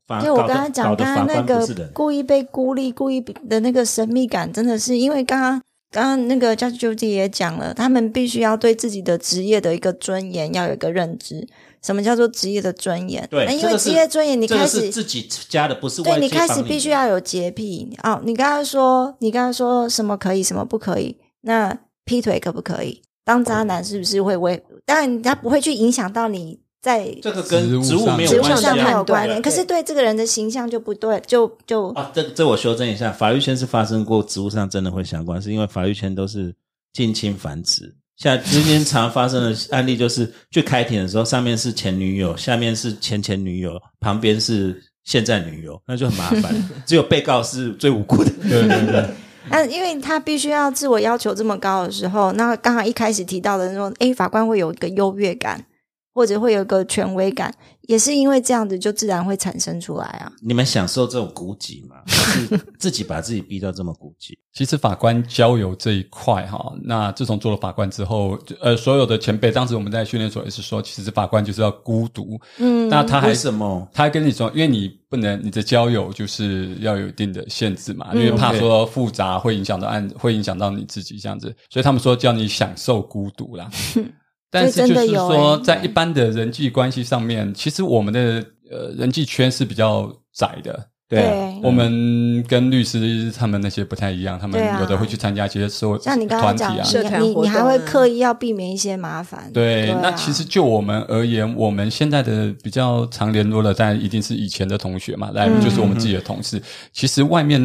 法，
就我
啊搞得
刚刚讲，
搞得
刚刚那
法官
个
不是人，
故意被孤立、故意的那个神秘感，真的是因为刚刚刚刚那个 Judge Judy 也讲了，他们必须要对自己的职业的一个尊严要有一个认知。什么叫做职业的尊严？
对
那，因
这
为
个是
职业尊严，你
这个
开
是
始
自己加的，不是外
对
界
你开
帮
始必
的
须要有洁癖哦。你刚刚说，你刚刚说什么可以，什么不可以？
哦
那劈腿可不可以？当渣男是不是会违？当然，他不会去影响到你在
这个跟
植
植
物
物
上
没
职
有
务
关系
上
啊，
太有关
对
联，可是对这个人的形象就不对，就就
啊，这这我修正一下，法律圈是发生过植物上真的会相关，是因为法律圈都是近亲繁殖。像之前常发生的案例就是，去开庭的时候，上面是前女友，下面是前前女友，旁边是现在女友，那就很麻烦。只有被告是最无辜的。
对对对，
那因为他必须要自我要求这么高的时候，那刚刚一开始提到的那种，诶，法官会有一个优越感，或者会有一个权威感，也是因为这样子就自然会产生出来啊。
你们享受这种孤寂吗？还是自己把自己逼到这么孤寂？
其实法官交友这一块哈，那自从做了法官之后，呃，所有的前辈，当时我们在训练所也是说，其实法官就是要孤独。
嗯，
那他还
为什么？
他还跟你说，因为你不能你的交友就是要有一定的限制嘛，
嗯
因为怕说复杂会影响到案，会影响到你自己这样子，所以他们说叫你享受孤 独啦。但是就
这
是
真的有
说，
欸
在一般的人际关系上面，其实我们的呃人际圈是比较窄的，
对啊
对
我们跟律师他们那些不太一样，他们
对啊
有的会去参加一些社
像你刚
团
刚
体
讲，
啊。
社
你
团
你
活
你还
动啊
会刻意要避免一些麻烦。
对，
啊
那其实就我们而言，我们现在的比较常联络的，当然一定是以前的同学嘛，来、
嗯
就是我们自己的同事。其实外面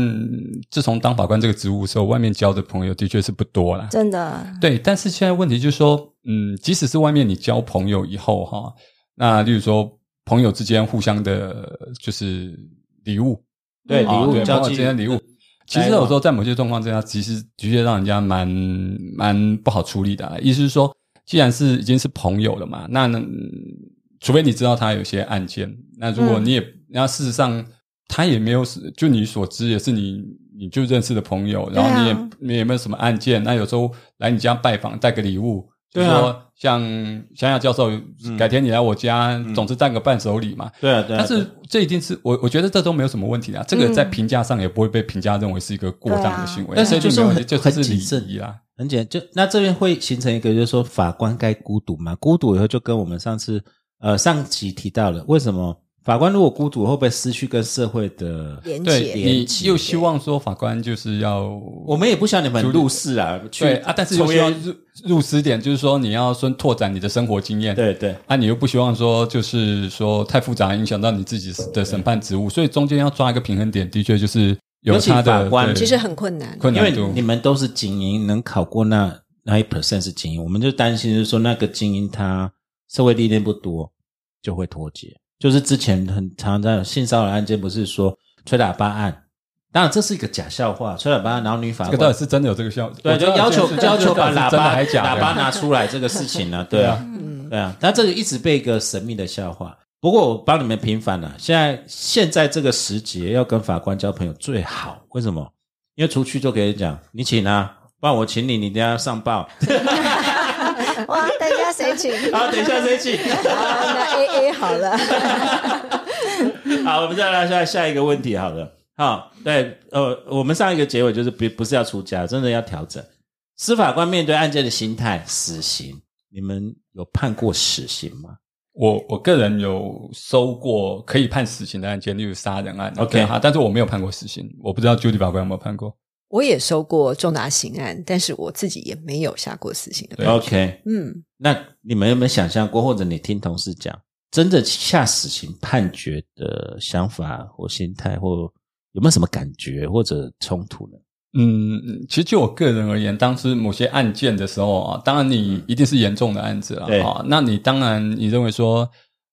自从当法官这个职务的时候，外面交的朋友的确是不多啦。
真的，
对，但是现在问题就是说，嗯，即使是外面你交朋友以后哈，那例如说朋友之间互相的，就是礼物，
对
嗯
礼物
啊对
交
朋友
际
之间的礼物。其
哎
实有时候在某些状况之下，其实的确让人家蛮蛮不好处理的啊、意思是说，既然是已经是朋友了嘛，那、嗯除非你知道他有些案件，那如果
嗯
你也，那事实上他也没有，就你所知也是你你就认识的朋友，然后你也、
对啊
你也没有什么案件，那有时候来你家拜访带个礼物，就
对啊
说像香亚教授，
嗯
改天你来我家，总之带个伴手礼嘛。
对啊，对啊。嗯
但是这一定是我，我觉得这都没有什么问题啦。啊这个在评价上也不会被评价认为是一个过当的行为，
对啊
这
就是
没有
很
就
很
是
谨
礼
慎
仪啊啦。
很简单，就那这边会形成一个，就是说法官该孤独嘛？孤独以后就跟我们上次呃上集提到了，为什么法官如果孤独会不会失去跟社会的？
连
对
结，
你
连结
又希望说法官就是要
我们也不希望你们入世啊，去
对啊，但是又
抽
希望
烟
入入私点，就是说你要先拓展你的生活经验。
对对
啊，你又不希望说就是说太复杂，影响到你自己的审判职务，所以中间要抓一个平衡点，的确就是有
尤其
他的
法官
对
你
其实很困难。
困
因
难
为
度
你。们都是精英，能考过那那一 percent 是精英，我们就担心是说那个精英他社会历练不多，就会脱节。就是之前很常在性骚扰案件，不是说吹喇叭案，当然这是一个假笑话，吹喇叭案，然后女法
这
官
个到底是真的有这个效？
对，
我知
就
道
要
这件
求
事
要求把
到底是
喇
真的
叭
还假的
喇叭拿出来这个事情呢、 对啊，
嗯，
对啊，但这个一直被一个神秘的笑话。不过我帮你们平反了、现在现在这个时节要跟法官交朋友最好，为什么？因为出去就可以讲你请啊，不然我请你，你等一下上 报，
哇，等一下谁请？
好，等一下谁 请？
啊那 A A 好了，
好，我们再来下下一个问题好了。好，对，呃，我们上一个结尾就是不不是要出家，真的要调整司法官面对案件的心态。死刑，你们有判过死刑吗？
我我个人有收过可以判死刑的案件，例如杀人案
OK
哈，但是我没有判过死刑，我不知道 Judy 法官有没有判过。
我也收过重大刑案，但是我自己也没有下过死刑的
对
判决。
OK，
嗯，
那你们有没有想象过，或者你听同事讲，真的下死刑判决的想法或心态，或有没有什么感觉或者冲突呢？
嗯，其实就我个人而言，当时某些案件的时候啊，当然你一定是严重的案子了
对
啊，那你当然你认为说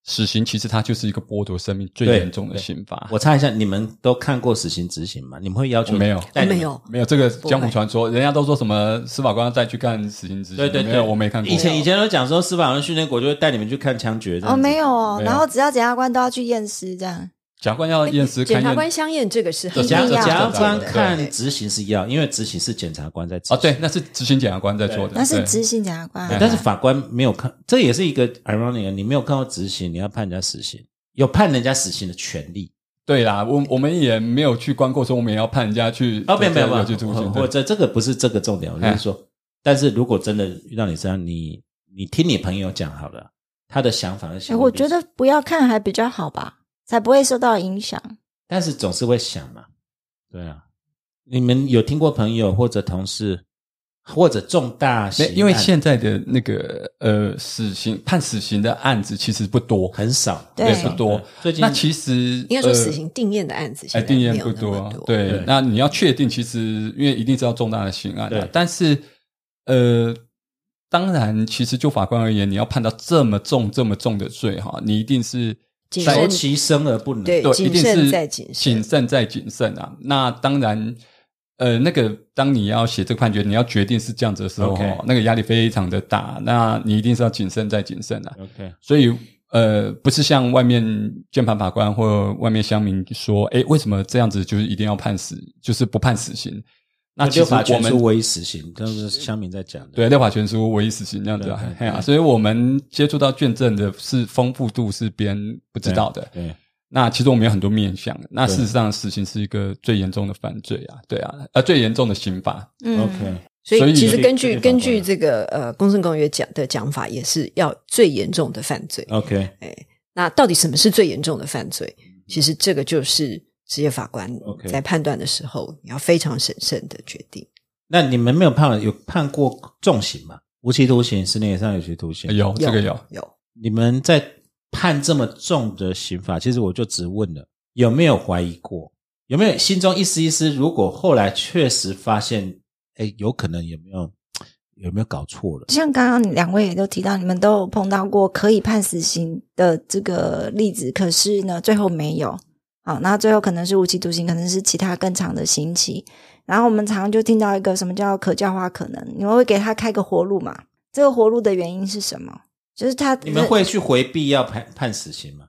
死刑其实它就是一个剥夺生命最
对
严重的刑罚。
我猜一下，你们都看过死刑执行吗？你们会要求
啊我没有
带你们
没有
没有这个江湖传说，人家都说什么司法官要再去干死刑执行，
对对对
没有我没看过。
以前以前都讲说司法官训练国就会带你们去看枪决这样
哦，
子
没有哦，
没有
然后只要检察官都要去验尸，这样
法官要验尸，
检
看
察
验
官相验这个是很
这
检
是
重
检察
要
这样
的，
官
对
看执行是要，因为执行是检察官在执行
啊，对，，那是执行检察官在做的，
那是
对
执行检察官啊
对。但是法官没有看，这也是一个 ironic，你没有看过执行，你要判人家死刑，有判人家死刑的权利。
对啦，我我们也没有去关过，说我们也要判人家去
哦，没有没有没有，
去出
或
刑。
或
对哎
者这个不是这个重点，我就是说，但是如果真的遇到你这样，你你听你朋友讲好了，他的想法和
哎，
想法，
我觉，得不要看还比较好吧，才不会受到影响。
但是总是会想嘛，对啊。你们有听过朋友或者同事或者重大刑
没
案，
因为现在的那个呃死刑判死刑的案子其实不多，
很少，
对
很少
不多。
最近
那其实
应该说
呃
死刑定验的案子
哎，
现在
定验
没有
不
那么
多，对，
对
那你要确定，其实因为一定知道重大的刑案、啊
对，
但是呃，当然，其实就法官而言，你要判到这么重、这么重的罪哈，你一定是
谨
求
慎
其生而不能，
对
对，一
谨
定
慎
是
再谨慎
谨慎再谨慎啊。那当然，呃，那个当你要写这个判决，你要决定是这样子的时候
OK
哦那个压力非常的大，那你一定是要谨慎再谨慎啊。
，OK，
所以呃，不是像外面键盘法官或外面乡民说，哎，为什么这样子就是一定要判死，就是不判死刑？那其
就
实
法
我
全
们
书唯一死刑，这是乡民在讲的，
对六法全书唯一死刑那样子啊
对对，
嘿啊，所以我们接触到卷证的是丰富度是别人不知道的。
对，
那其实我们有很多面向，那
对
事实上死刑是一个最严重的犯罪啊，对啊，呃，最严重的刑罚，
对
嗯
，OK，
所
所
以
以
其实根
这
据
个
根据这个呃《公正公约》讲的讲法，也是要最严重的犯罪。
OK
那到底什么是最严重的犯罪？其实这个就是职业法官
OK
在判断的时候，你要非常审慎的决定。
那你们没有判了，有判过重刑吗？无期徒刑、十年以上有期徒刑。
有哦这个有
有，有
你们在判这么重的刑罚，其实我就只问了，有没有怀疑过？有没有心中一丝一丝？如果后来确实发现，哎，有可能有没有有没有搞错了？
像刚刚两位也都提到，你们都有碰到过可以判死刑的这个例子，可是呢，最后没有。好，那最后可能是无期徒刑，可能是其他更长的刑期。然后我们常常就听到一个什么叫可教化可能，你们会给他开个活路嘛？这个活路的原因是什么？就是他
你们会去回避要判判死刑吗？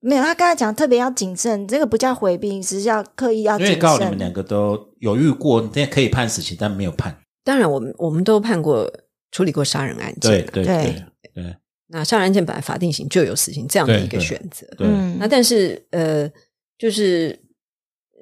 没有？他刚才讲特别要谨慎，这个不叫回避，只是要刻意要
因
谨
为
慎。
刚好你们两个都有遇过，你现在可以判死刑，但没有判。
当然我们我们都判过处理过杀人案件、啊，
对对对
对
那杀人案件本来法定刑就有死刑这样的
对
一个
对
选择。
对，
嗯
嗯
那但是呃，就是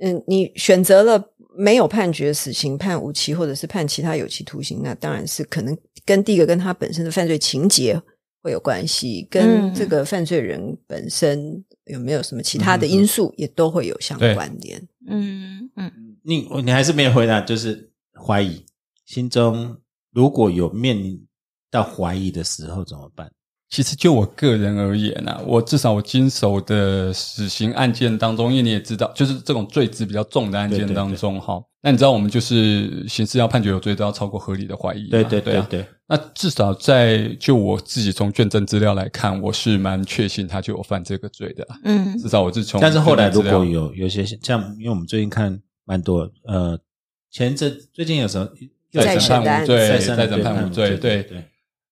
嗯，你选择了没有判决死刑、判无期或者是判其他有期徒刑，那当然是可能跟第一个跟他本身的犯罪情节会有关系，跟
嗯
这个犯罪人本身有没有什么其他
嗯
的
嗯嗯
因素也都会有相
对
关联。
嗯嗯
你你还是没有回答，就是怀疑心中如果有面临到怀疑的时候怎么办？
其实就我个人而言啊，我至少我经手的死刑案件当中，因为你也知道，就是这种罪值比较重的案件当中哈。那你知道我们就是刑事要判决有罪都要超过合理的怀疑嘛，
对对
对
对
啊
对，
那至少在就我自己从卷证资料来看，我是蛮确信他就有犯这个罪的啦。
嗯
至少我是从
但是后来
卷
如
证资料
果有有些像，因为我们最近看蛮多，呃，前阵最近有时候又
再审
再审
的案
判
子
无罪，
再
再
审
审判无罪，
对
对。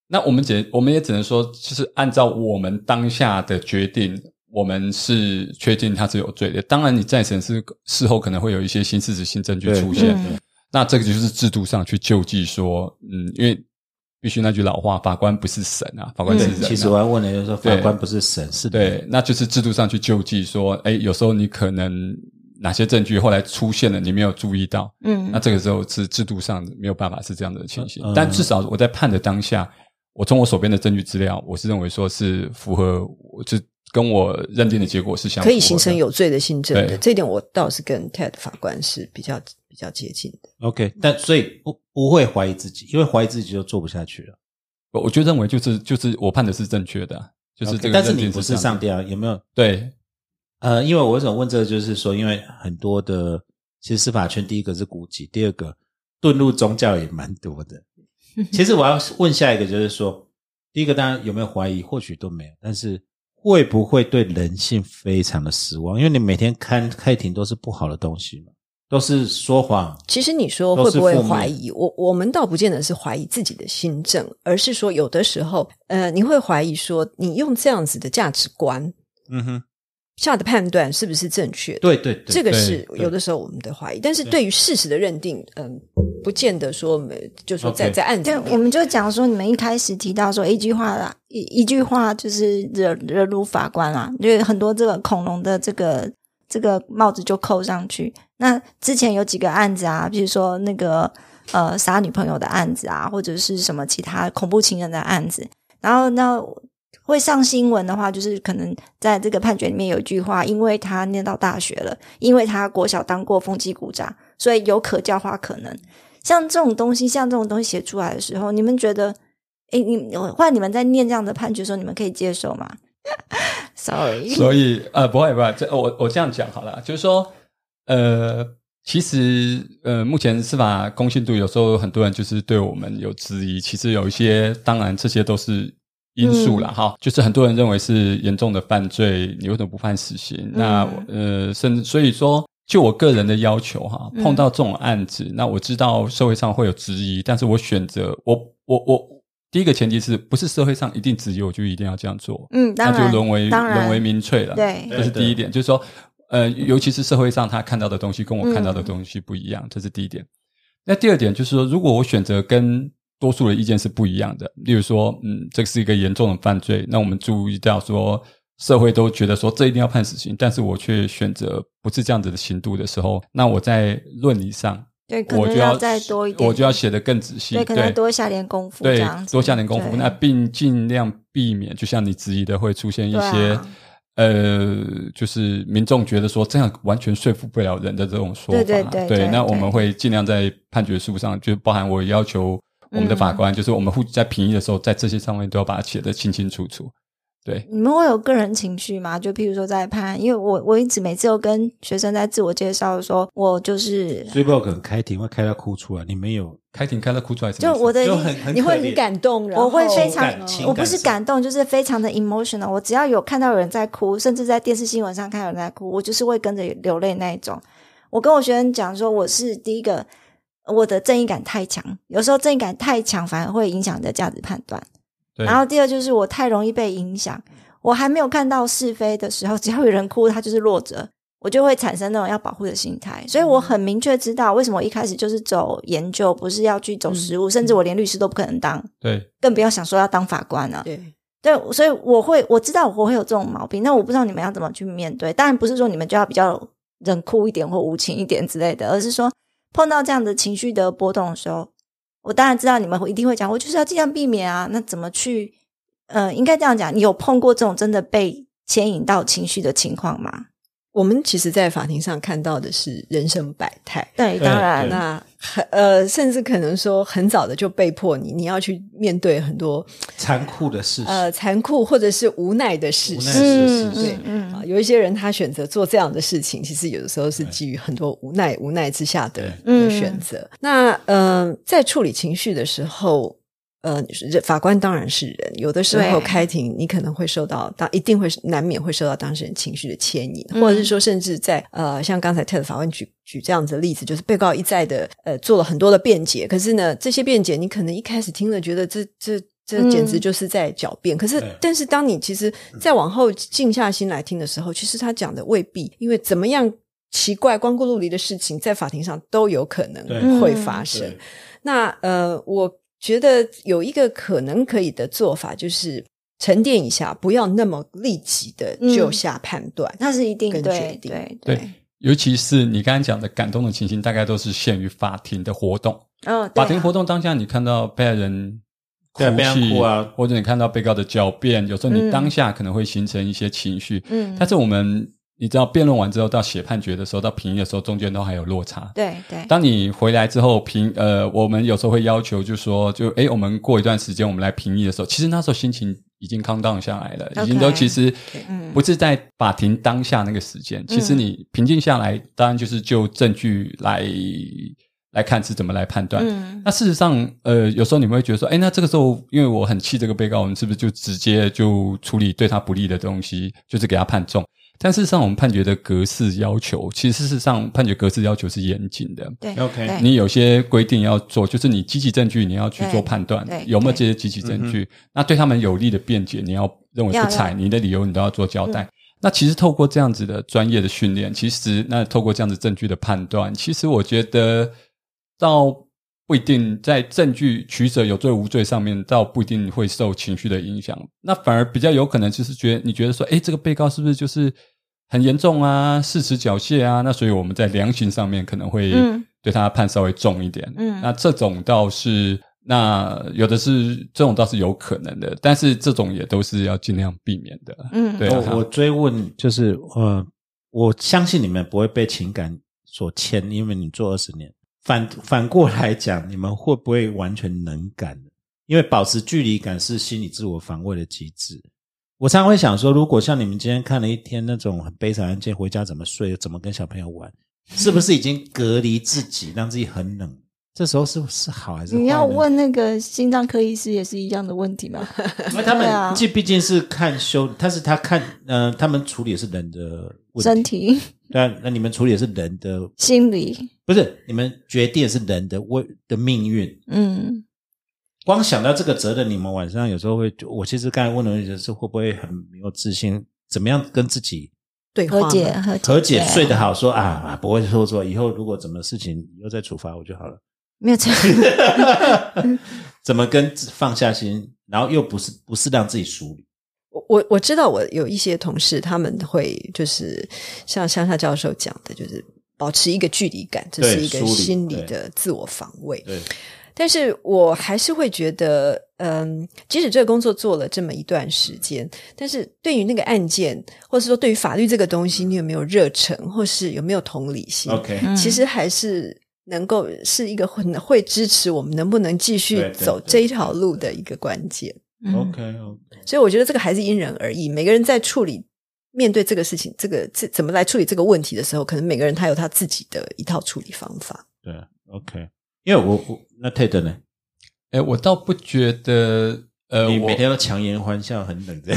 那我们只我们也只能说，就是按照我们当下的决定，我们是确定他是有罪的。当然，你再审是事后可能会有一些新事实、新证据
对
出
对
现，
嗯
那这个就是制度上去救济说，嗯，因为必须那句老话，法官不是神啊，法官是人、啊
对，其实我要问的就是说，法
对
官不是神，是人
对，那就是制度上去救济说，哎，有时候你可能哪些证据后来出现了，你没有注意到，那
嗯
这个时候是制度上没有办法是这样的情形，
嗯
但至少我在判的当下，我从我手边的证据资料，我是认为说是符合，是跟我认定的结果是相符合的
可以形成有罪的新证的，
对
这点我倒是跟 TED 法官是比较比较接近的。
，OK，但所以不不会怀疑自己，因为怀疑自己就做不下去了。
我我就认为就是就是我判的是正确的，啊就是
OK，
这个
但是
认
你
定
不
是这
是
样的
上吊，有没有？
对
呃，因为我为什么问这个，就是说，因为很多的其实司法圈，第一个是古籍，第二个遁入宗教也蛮多 的。其实我要问下一个，就是说，第一个当然有没有怀疑，或许都没有，但是会不会对人性非常的失望？因为你每天看开庭都是不好的东西嘛，都是说谎，
其实你说
都
会
是
不会
负面
怀疑？我我们倒不见得是怀疑自己的新政，而是说有的时候，呃，你会怀疑说，你用这样子的价值观
嗯哼，
下的判断是不是正确的？
对对对，
这个
对
是
对
有的时候我们的怀疑，但是对于事实的认定，嗯，不见得说没，就说在
OK
在案子
对，
里
我
面，
们就讲说，你们一开始提到说一句话啦，一一句话就是惹惹怒法官啦，就是很多这个恐龙的这个这个帽子就扣上去。那之前有几个案子啊，比如说那个呃杀女朋友的案子啊，或者是什么其他恐怖情人的案子，然后那会上新闻的话，就是可能在这个判决里面有一句话，因为他念到大学了，因为他国小当过风纪股长，所以有可教化可能。像这种东西，像这种东西写出来的时候，你们觉得，哎，你换你们在念这样的判决的时候，你们可以接受吗？Sorry，
所以呃，不会不会，这我我这样讲好了，就是说呃，其实呃，目前司法公信度有时候很多人就是对我们有质疑，其实有一些，当然这些都是。因素啦，哈、就是很多人认为是严重的犯罪，你为什么不判死刑？那呃，甚至所以说，就我个人的要求哈，
嗯
碰到这种案子，那我知道社会上会有质疑，但是我选择我我我第一个前提是不是社会上一定质疑我就一定要这样做，
嗯，当
那
然，
就沦为
当然
沦为民粹了。
对
这是第一点，就是说，呃，尤其是社会上他看到的东西跟
嗯
我看到的东西不一样，这是第一点。那第二点就是说，如果我选择跟多数的意见是不一样的，例如说，嗯，这是一个严重的犯罪，那我们注意到说，社会都觉得说这一定要判死刑，但是我却选择不是这样子的刑度的时候，那我在论理上，
对，可
我
能
就要
再多一点，
我就要写得更仔细，
对，可能要多下点功夫，这
对
样，子
多下点功夫，
对
那并尽量避免，就像你质疑的，会出现一
对
些、
啊
呃，就是民众觉得说这样完全说服不了人的这种说法。
对对对对
那
对
我们会尽量在判决书上，就包含我要求我们的
嗯
法官，就是我们互在评议的时候，在这些上面都要把它写得清清楚楚。对，
你们会有个人情绪吗？就譬如说在判，因为我我一直每次都跟学生在自我介绍的时候，我就是
所以不可能开庭会开到哭出来，你们有
开庭开到哭出来什
就
么意思，
我的
就很很
你会
可
很
怜
感动，然
我会
后嗯
非常哦
情感情
我不是
上
感动，就是非常的 emotional。我只要有看到有人在哭，甚至在电视新闻上看到有人在哭，我就是会跟着流泪那一种。我跟我学生讲说，我是第一个，我的正义感太强，有时候正义感太强反而会影响你的价值判断。
对
然后第二就是我太容易被影响，我还没有看到是非的时候，只要有人哭，他就是弱者，我就会产生那种要保护的心态。所以
嗯
我很明确知道为什么我一开始就是走研究，不是要去
嗯
走实务，甚至我连律师都不可能当。
对
更不要想说要当法官了、
对
对，所以我会我知道我会有这种毛病，那我不知道你们要怎么去面对。当然不是说你们就要比较冷酷一点或无情一点之类的，而是说碰到这样的情绪的波动的时候，我当然知道你们会一定会讲，我就是要尽量避免啊。那怎么去？呃，应该这样讲，你有碰过这种真的被牵引到情绪的情况吗？
我们其实，在法庭上看到的是人生百态。
对，
对
当然
对
啦，
那很呃，甚至可能说很早的就被迫你，你要去面对很多
残酷的事实，
呃残酷或者是无奈的事
无
实
奈。是是是
嗯
是
嗯
啊
嗯，
有一些人他选择做这样的事情，其实有的时候是基于很多无奈、无奈之下的
嗯
的选择。那呃，在处理情绪的时候，呃，人法官当然是人，有的时
对
候开庭你可能会受到当一定会难免会受到当事人情绪的牵引，
嗯
或者是说甚至在呃，像刚才 TED 法官举举这样子的例子，就是被告一再的呃做了很多的辩解，可是呢，这些辩解你可能一开始听了觉得这这。这简直
嗯
就是在狡辩，可是
对嗯
但是当你其实再往后静下心来听的时候，其实他讲的未必，因为怎么样奇怪、光怪陆离的事情，在法庭上都有可
对
能会
嗯
发生
对。
那呃，我觉得有一个可能可以的做法，就是沉淀一下，不要那么立即的
嗯
就下判断。
那是一定
跟决
对
定
对
对，尤其是你刚才讲的感动的情形，大概都是限于法庭的活动。
嗯，对
法
啊
庭活动当下，你看到被害人
对被害人
泣
哭啊
或者你看到被告的狡辩，有时候你
嗯
当下可能会形成一些情绪。
嗯，
但是我们你知道，辩论完之后到写判决的时候，到评议的时候，中间都还有落差。
对对，
当你回来之后评呃，我们有时候会要求就说，就诶，我们过一段时间我们来评议的时候，其实那时候心情已经 calm down 下来了
OK
已经都其实
嗯
不是在法庭当下那个时间，其实你平静下来，当然就是就证据来来看是怎么来判断。
嗯
那事实上，呃，有时候你们会觉得说，哎，那这个时候，因为我很气这个被告，我们是不是就直接就处理对他不利的东西，就是给他判重？但事实上，我们判决的格式要求，其实事实上判决格式要求是严谨的。
对
OK，
对
你有些规定要做，就是你积极证据你要去
对
做判断
对，
有没有这些积极证据？那对他们有利的辩解，你要认为
要嗯
不采，
要
你的理由你都要做交代。那其实透过这样子的专业的训练，其实那透过这样子证据的判断，其实我觉得倒不一定在证据取舍有罪无罪上面，倒不一定会受情绪的影响。那反而比较有可能就是觉得你觉得说，哎，这个被告是不是就是很严重啊，事实缴械啊？那所以我们在量刑上面可能会
嗯
对他判稍微重一点。
嗯
那这种倒是。那有的是这种倒是有可能的，但是这种也都是要尽量避免的。
嗯
对啊
哦我我追问就是，呃，我相信你们不会被情感所牵，因为你做二十年。反反过来讲，你们会不会完全能感？因为保持距离感是心理自我防卫的机制。我常常会想说，如果像你们今天看了一天那种很悲惨案件，回家怎么睡，怎么跟小朋友玩，是不是已经隔离自己，让自己很冷？这时候是是好还是坏呢
你要问那个心脏科医师也是一样的问题吗？
因为他
对啊
们既毕竟是看修，但是他看，呃，他们处理的是人的问
身
题，
体、
那那你们处理的是人的，
心理，
不是你们决定的是人的问的命运。
嗯，
光想到这个责任，你们晚上有时候会，我其实刚才问的问题就是会不会很没有自信，怎么样跟自己
对话
和
嘛
解和解
和解，睡
的
得好，说啊啊不会说说以后如果怎么事情以后再处罚我就好了。
没 有这样。
怎么跟自放下心，然后又不是不是让自己梳理，
我我我知道，我有一些同事他们会就是像乡下教授讲的，就是保持一个距离感，这
对
是一个
疏离
心理
对
的自我防卫。
对，
但是我还是会觉得，嗯，即使这个工作做了这么一段时间，但是对于那个案件，或是说对于法律这个东西，你有没有热忱，或是有没有同理心
OK，
嗯
其实还是能够是一个很会支持我们能不能继
对
续
对
走
对
这一条路的一个关键。
嗯
OK 哦 OK，
所以我觉得这个还是因人而异，每个人在处理面对这个事情，这个这怎么来处理这个问题的时候，可能每个人他有他自己的一套处理方法。
对，OK，因为我我那 Ted 呢，
哎，我倒不觉得，呃，
你
我
每天都强颜欢笑，很冷的，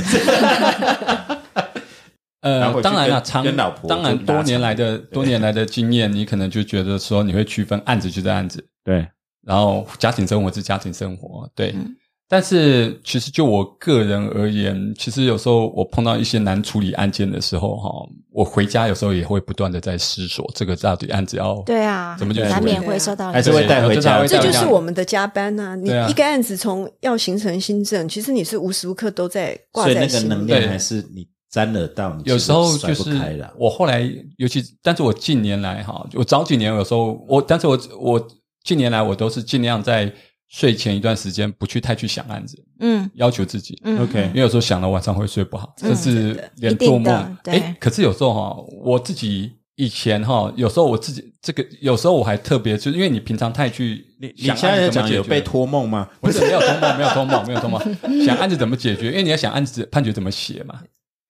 拿回
呃，
去
当然了，
跟
长
跟老婆
当然
就拉
多年
长
来的
对
多年来的经验，你可能就觉得说你会区分案子就是案子，
对，
然后家庭生活是家庭生活，对。
嗯
但是其实就我个人而言，其实有时候我碰到一些难处理案件的时候，哈，我回家有时候也会不断的在思索这个到底案子要
对啊，
怎么去处理
难免会受到
还是会带回家
对
这就
这
是
样
我们的加班呐、你
对啊
一个案子从要形成新政，其实你是无时无刻都在挂
所以
在
那个
心
能
里。
量
对
还是你沾惹到，你
有时候
其实
就
甩
是
不开了。
我后来，尤其但是我近年来哈，我早几年有时候我，但是我我近年来我都是尽量在睡前一段时间不去太去想案子，
嗯
要求自己，
嗯
OK
因为有时候想了晚上会睡不好，
嗯
甚至连做
一定
梦
的。对
诶可是有时候哈，我自己以前哈，有时候我自己这个，有时候我还特别，就是因为你平常太去
你你
想
现在
案
在
子怎么
讲有
解决
被托梦吗？
不是没有通报，没有通报，没有通 报。想案子怎么解决？因为你要想案子判决怎么写嘛。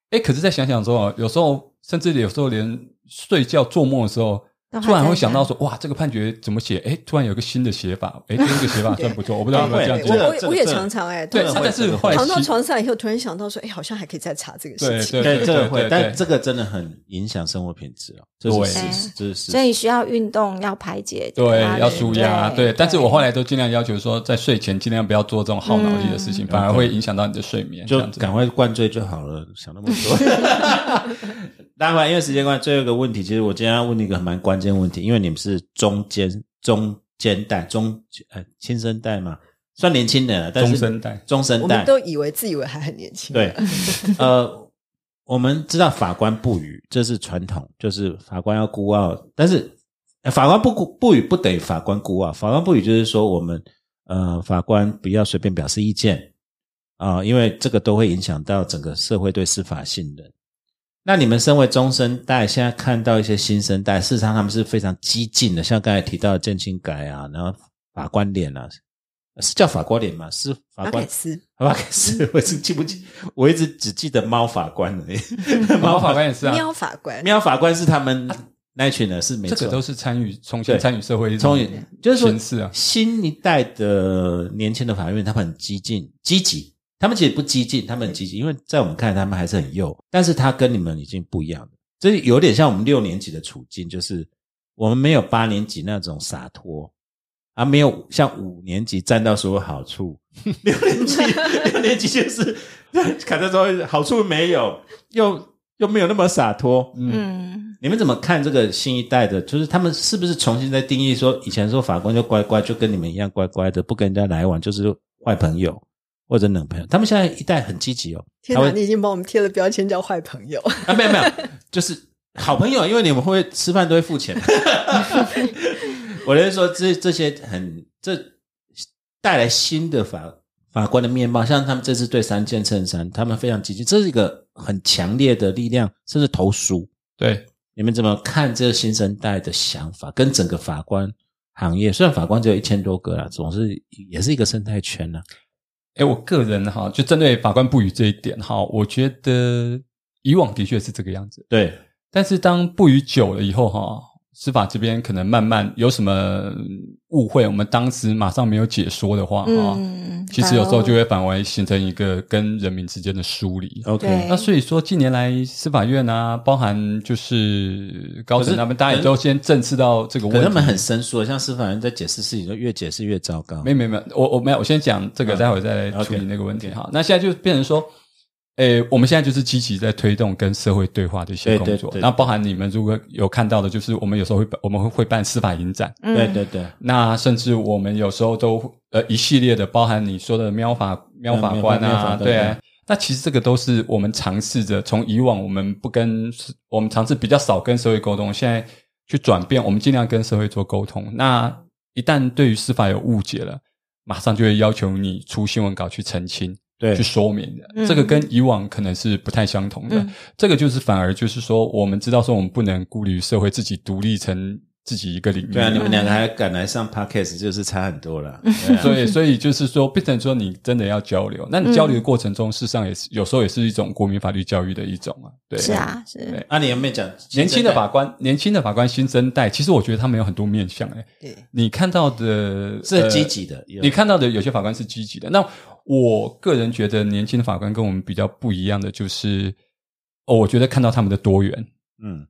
哎，可是再想想之后，有时候甚至有时候连睡觉做梦的时候
都，还
突然
在
会想到
想
说，哇，这个判决怎么写？哎，突然有个新的写法，哎，这个写 法真不错。我不知道有没有这样
对
子
这个
我
过。
这
我也
个
我也
这个
常常哎，
对
突然
这个
但是后来
躺到
习
床上以后，突然想到说，哎，好像还可以再查这个事情。
对
对，这个
对
会，
对
但
对
这个真的很影响生活品质哦，这
对
是事实，这是事
所
实。
以需要运动，要排解它的，
对，要舒压。对，但是我后
来
来都尽量要求说，在睡前尽量不要做这种耗脑力的事情，反而会影响到你的睡眠。这
就
样子
赶快灌醉就好了，想那么多。 当然，因为时间关系，最后一个问题，其实我今天要问你一个蛮关键问题，因为你们是中间中间代中呃新生代嘛，算年轻人了，但是
中生代
中
我
生代
们都以为自以为还很年轻。啊
对，呃，我们知道法官不语，这是传统，就是法官要孤傲，但是、呃法官不孤不语不等于法官孤傲，法官不语就是说我们呃法官不要随便表示意见啊、因为这个都会影响到整个社会对司法信任。那你们身为中生代，现在看到一些新生代，事实上他们是非常激进的，像刚才提到的建清改啊，然后法官脸啊，是叫法官脸吗？是法
马
官
凯斯，
好吧， 可是我是记不记，我一直只记得猫法官而已。
猫法官也是啊，
喵法官，
喵法官是他们那一群人，是没
啊这
错。
个都是参与重
对
新参与社会的一种
从就是
形式
说
啊，
新一代的年轻的法院，他们很激进、积极。他们其实不激进，他们很积极，因为在我们看来，他们还是很幼，但是他跟你们已经不一样了。这有点像我们六年级的处境，就是我们没有八年级那种洒脱，啊，没有像五年级占到所有好处，六年级六年级就是 卡在说好处没有，又又没有那么洒脱，
嗯，
你们怎么看这个新一代的？就是他们是不是重新在定义说，以前说法官就乖乖，就跟你们一样乖乖的，不跟人家来往，就是坏朋友或者冷朋友。他们现在一代很积极哦，
天
他
哪，
会
你已经帮我们贴了标签叫坏朋友。
啊，没有没有，就是好朋友，因为你们会吃饭都会付钱。 我就是说这这些很这带来新的法法官的面貌，像他们这次对三件衬衫，他们非常积极，这是一个很强烈的力量，甚至投诉。
对。
你们怎么看这个新生代的想法，跟整个法官行业，虽然法官只有一千多个啦，总是也是一个生态圈啦。
哎，我个人哈，就针对法官不语这一点哈，我觉得以往的确是这个样子，
对，
但是当不语久了以后哈，司法这边可能慢慢有什么误会，我们当时马上没有解说的话哈，
嗯，
哦其实有时候就会反而形成一个跟人民之间的疏离。
对
OK，
那所以说，近年来司法院啊，包含就是高
可
层
是
他们，大家也都先正视到这个
可
问
是他
题。
们很生疏的，像司法人在解释事情，就越解释越糟糕。
没没没，我我没有，我先讲这个，
嗯
待会儿再来
OK，
处理那个问题哈。那现在就变成说，诶，我们现在就是积极在推动跟社会对话的一些
对
工
对
作。
对
那包含你们如果有看到的，就是我们有时候会办我们会会办司法影展，
对
嗯
对对，
那甚至我们有时候都呃一系列的，包含你说的喵法喵法官
嗯喵
啊，
法
对啊
对
那其实这个都是我们尝试着从以往我们不跟我们尝试比较少跟社会沟通，现在去转变，我们尽量跟社会做沟通。那一旦对于司法有误解了，马上就会要求你出新闻稿去澄清、
对
去说明的。
嗯
这个跟以往可能是不太相同的。
嗯
这个就是反而就是说，我们知道说我们不能孤立于社会，自己独立成自己一个领域。
对啊，你们两个还敢来上 podcast，就是差很多啊了。
嗯
所以，所以就是说，变成说你真的要交流。那你交流的过程中，事实上也是有时候也是一种国民法律教育的一种啊。对，
是。啊，是
对
啊，你有没有讲
年轻的法？官，年轻的法官新生代，其实我觉得他们有很多面向、欸。
对
你看到的呃
是积极的有
你看到的有些法官是积极的。那我个人觉得，年轻的法官跟我们比较不一样的就是，哦，我觉得看到他们的多元，
嗯，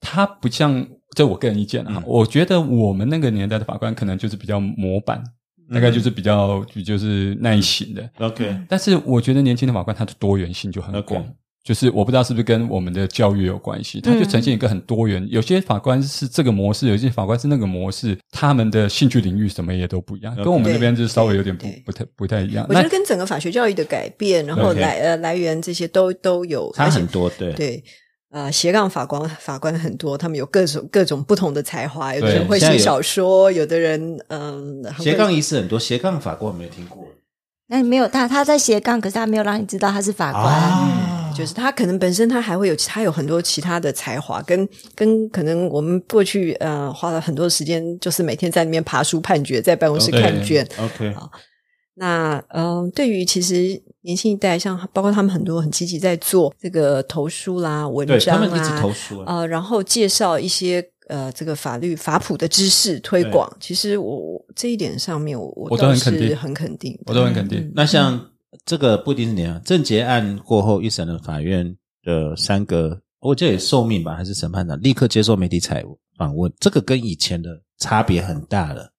他不像这我个人意见啊，
嗯
我觉得我们那个年代的法官可能就是比较模板，
嗯
大概就是比较就是耐心的。
OK，
但是我觉得年轻的法官他的多元性就很广
OK
就是我不知道是不是跟我们的教育有关系，他就呈现一个很多元。
嗯
有些法官是这个模式，有些法官是那个模式，他们的兴趣领域什么也都不一样，
OK
跟我们这边就是稍微有点不
对对
不太不太一样。
我觉得跟整个法学教育的改变，然后
OK
来呃来源这些都都有，
差
而且
很多，对
对。呃，斜杠法官法官很多，他们有各种各种不同的才华，有的
对
人会
现在有
写小说，有的人嗯，很会
斜杠仪式很多，斜杠法官我没有听过
那你没有他，他在斜杠，可是他没有让你知道他是法官。
啊
就是他可能本身他还会有其他有很多其他的才华，跟跟可能我们过去呃花了很多时间，就是每天在里面爬书判决，在办公室
哦对
看卷。
OK，
那嗯、呃对于其实年轻一代，像包括他们很多很积极在做这个投书啦、文
对他
章
们一直
啦
投诉啊，
啊、然后介绍一些呃这个法律法普的知识推广。其实我我这一点上面我，我
我都
倒
很肯
是
定
很肯定的，
我都很肯定
嗯
那像这个不一定是你啊，郑捷案过后，一审的法院的三个，我记得也受命吧，还是审判长，立刻接受媒体采访问，这个跟以前的差别很大了。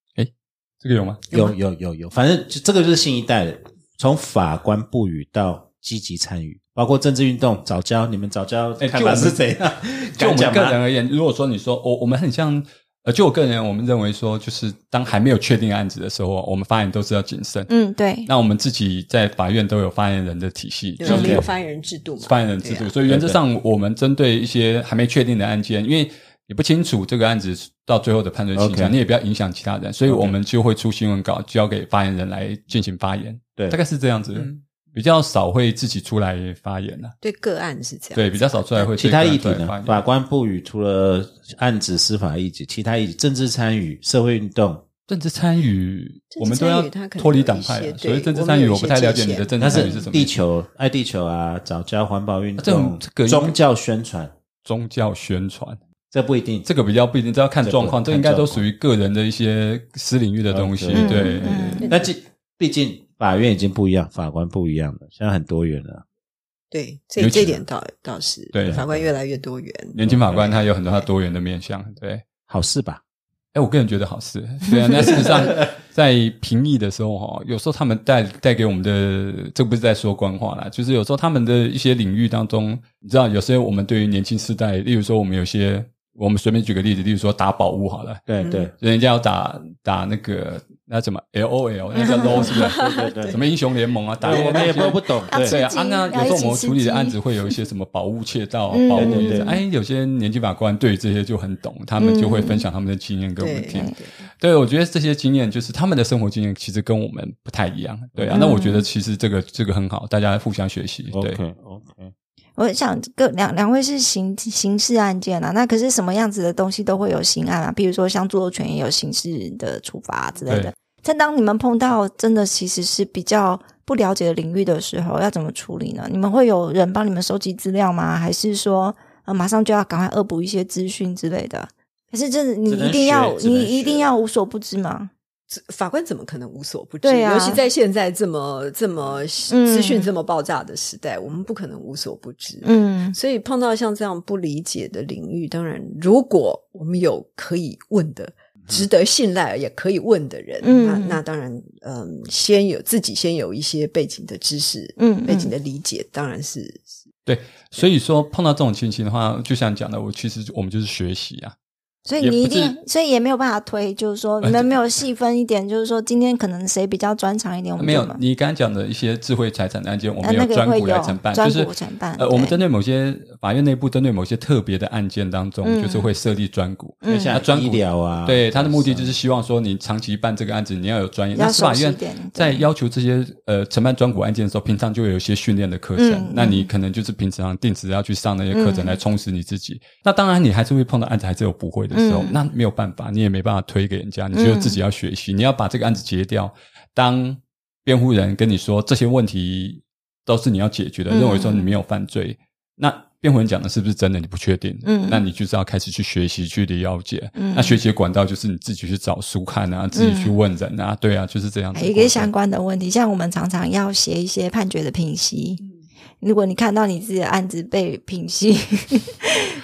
这个有吗？
有有有有，反正就这个就是新一代的，从法官不语到积极参与，包括政治运动、早教，你们早教
哎
看
就
法
我们
是怎样？ 敢
就我们
讲
个
吗
人而言，如果说你说我我们很像，呃，就我个人，我们认为说，就是当还没有确定案子的时候，我们发言都是要谨慎。
嗯，对，
那我们自己在法院都有发言人的体系，
对
就
我们
是
有发言人制度嘛，
发言人制
对
度，
啊
所以原则上我们针对一些还没确定的案件，因为你不清楚这个案子到最后的判断倾向
OK
你也不要影响其他人，所以
OK
我们就会出新闻稿交给发言人来进行发言，
对
大概是这样子，
嗯
比较少会自己出来发言了、
对个案是这样，
对，比较少出来会
其他议题
对个人出来
呢？
发言
法官不语除了案子、司法议题，其他议题、政治参与、社会运动，
政治参与，
政治
我们都要
参与它可能
脱离党派
有一
了，
些
所以
对
政治参与
我们有一
我
些
不太了解你
界
的政
它
治参
是
与是什么
地
意思。啊
球、爱地球啊、早教、环保运
这
动
种、这个应该
宗教宣传，
宗教宣传，
这不一定。
这个比较不一定，这要看状况，
这
这
个
应该都
看
属于个人的一些私领域的东西。
嗯
对，
嗯
那这毕竟法院已经不一样，法官不一样了，现在很多元了。
对，这
尤其
这一点倒倒是，
对
法官越来越多元，
年轻法官他有很多他多元的面向，
嗯
对。
好事吧？
哎，我个人觉得好事，对啊。那事实 上，在评议的时候哈，有时候他们带带给我们的，这不是在说官话啦，就是有时候他们的一些领域当中，你知道，有些我们对于年轻世代，例如说我们有些，我们随便举个例子，例如说打宝物好了，
对
嗯
对
人家要打打那个那怎么 L O L 那叫 LO 是不
对
是？
对对
什么英雄联盟啊，打
对，我们也不不懂。对
吃
对啊，
鸡
啊那有时候我们处理的案子会有一些什么宝物窃 盗、啊、宝
嗯
物
对
业
对
者
对
哎，有些年轻法官对于这些就很懂，他们就会分享他们的经验给我
对
们听。
嗯
对
对，我觉得这些经验就是他们的生活经验，其实跟我们不太一样。对啊，
嗯
那我觉得其实这个这个很好，大家互相学习。对
OK OK，
我想各两两位是刑刑事案件啊，那可是什么样子的东西都会有刑案啊，比如说像著作权也有刑事的处罚、之类的
对。
但当你们碰到真的其实是比较不了解的领域的时候，要怎么处理呢？你们会有人帮你们收集资料吗？还是说呃马上就要赶快恶补一些资讯之类的？可是这你
只能
一定要
学只能
你一定
学
要无所不知吗？
法官怎么可能无所不知？
对啊
尤其在现在这么这么
嗯
资讯这么爆炸的时代，我们不可能无所不知。
嗯
所以碰到像这样不理解的领域，当然，如果我们有可以问的、值得信赖也可以问的人，
嗯
那那当然，嗯，先有自己先有一些背景的知识，
嗯
背景的理解，当然是
所以说碰到这种情形的话，就像讲的，我其实我们就是学习啊，
所以
也
你一
不呃是
定，所以也没有办法推，就是说你们没有细分一点，就是说今天可能谁比较专长一点，我们
没
就
有你刚刚讲的一些智慧财产的案件，我
呃
们
那
有
个
专
会
股来
有
承办，
专
就是
股承办
呃，我们
对
针对某些法院内部针对某些特别的案件当中，
嗯
就是会设立专股。
嗯
像
那专股
医疗啊，
对，他的目的就是希望说，你长期办这个案子，你要有专业。
比较
那司法
熟悉一
院
点
在
对
要求这些呃承办专股案件的时候，平常就有一些训练的课程。
嗯
那你可能就是平常定时要去上那些课
嗯
程来充实你自己。那当然，你还是会碰到案子还是有不会的时候，
嗯
那没有办法，你也没办法推给人家，你就自己要学习，你要把这个案子结掉。当辩护人跟你说这些问题都是你要解决的，
嗯
认为说你没有犯罪，那辩护人讲的是不是真的，你不确定。
嗯
那你就是要开始去学习，去了解。
嗯
那学习的管道就是你自己去找书看啊，自己去问人啊，对啊，就是
哎
这样子
还
的
有
过
一
程。
个相关的问题，像我们常常要写一些判决的评析，如果你看到你自己的案子被评析，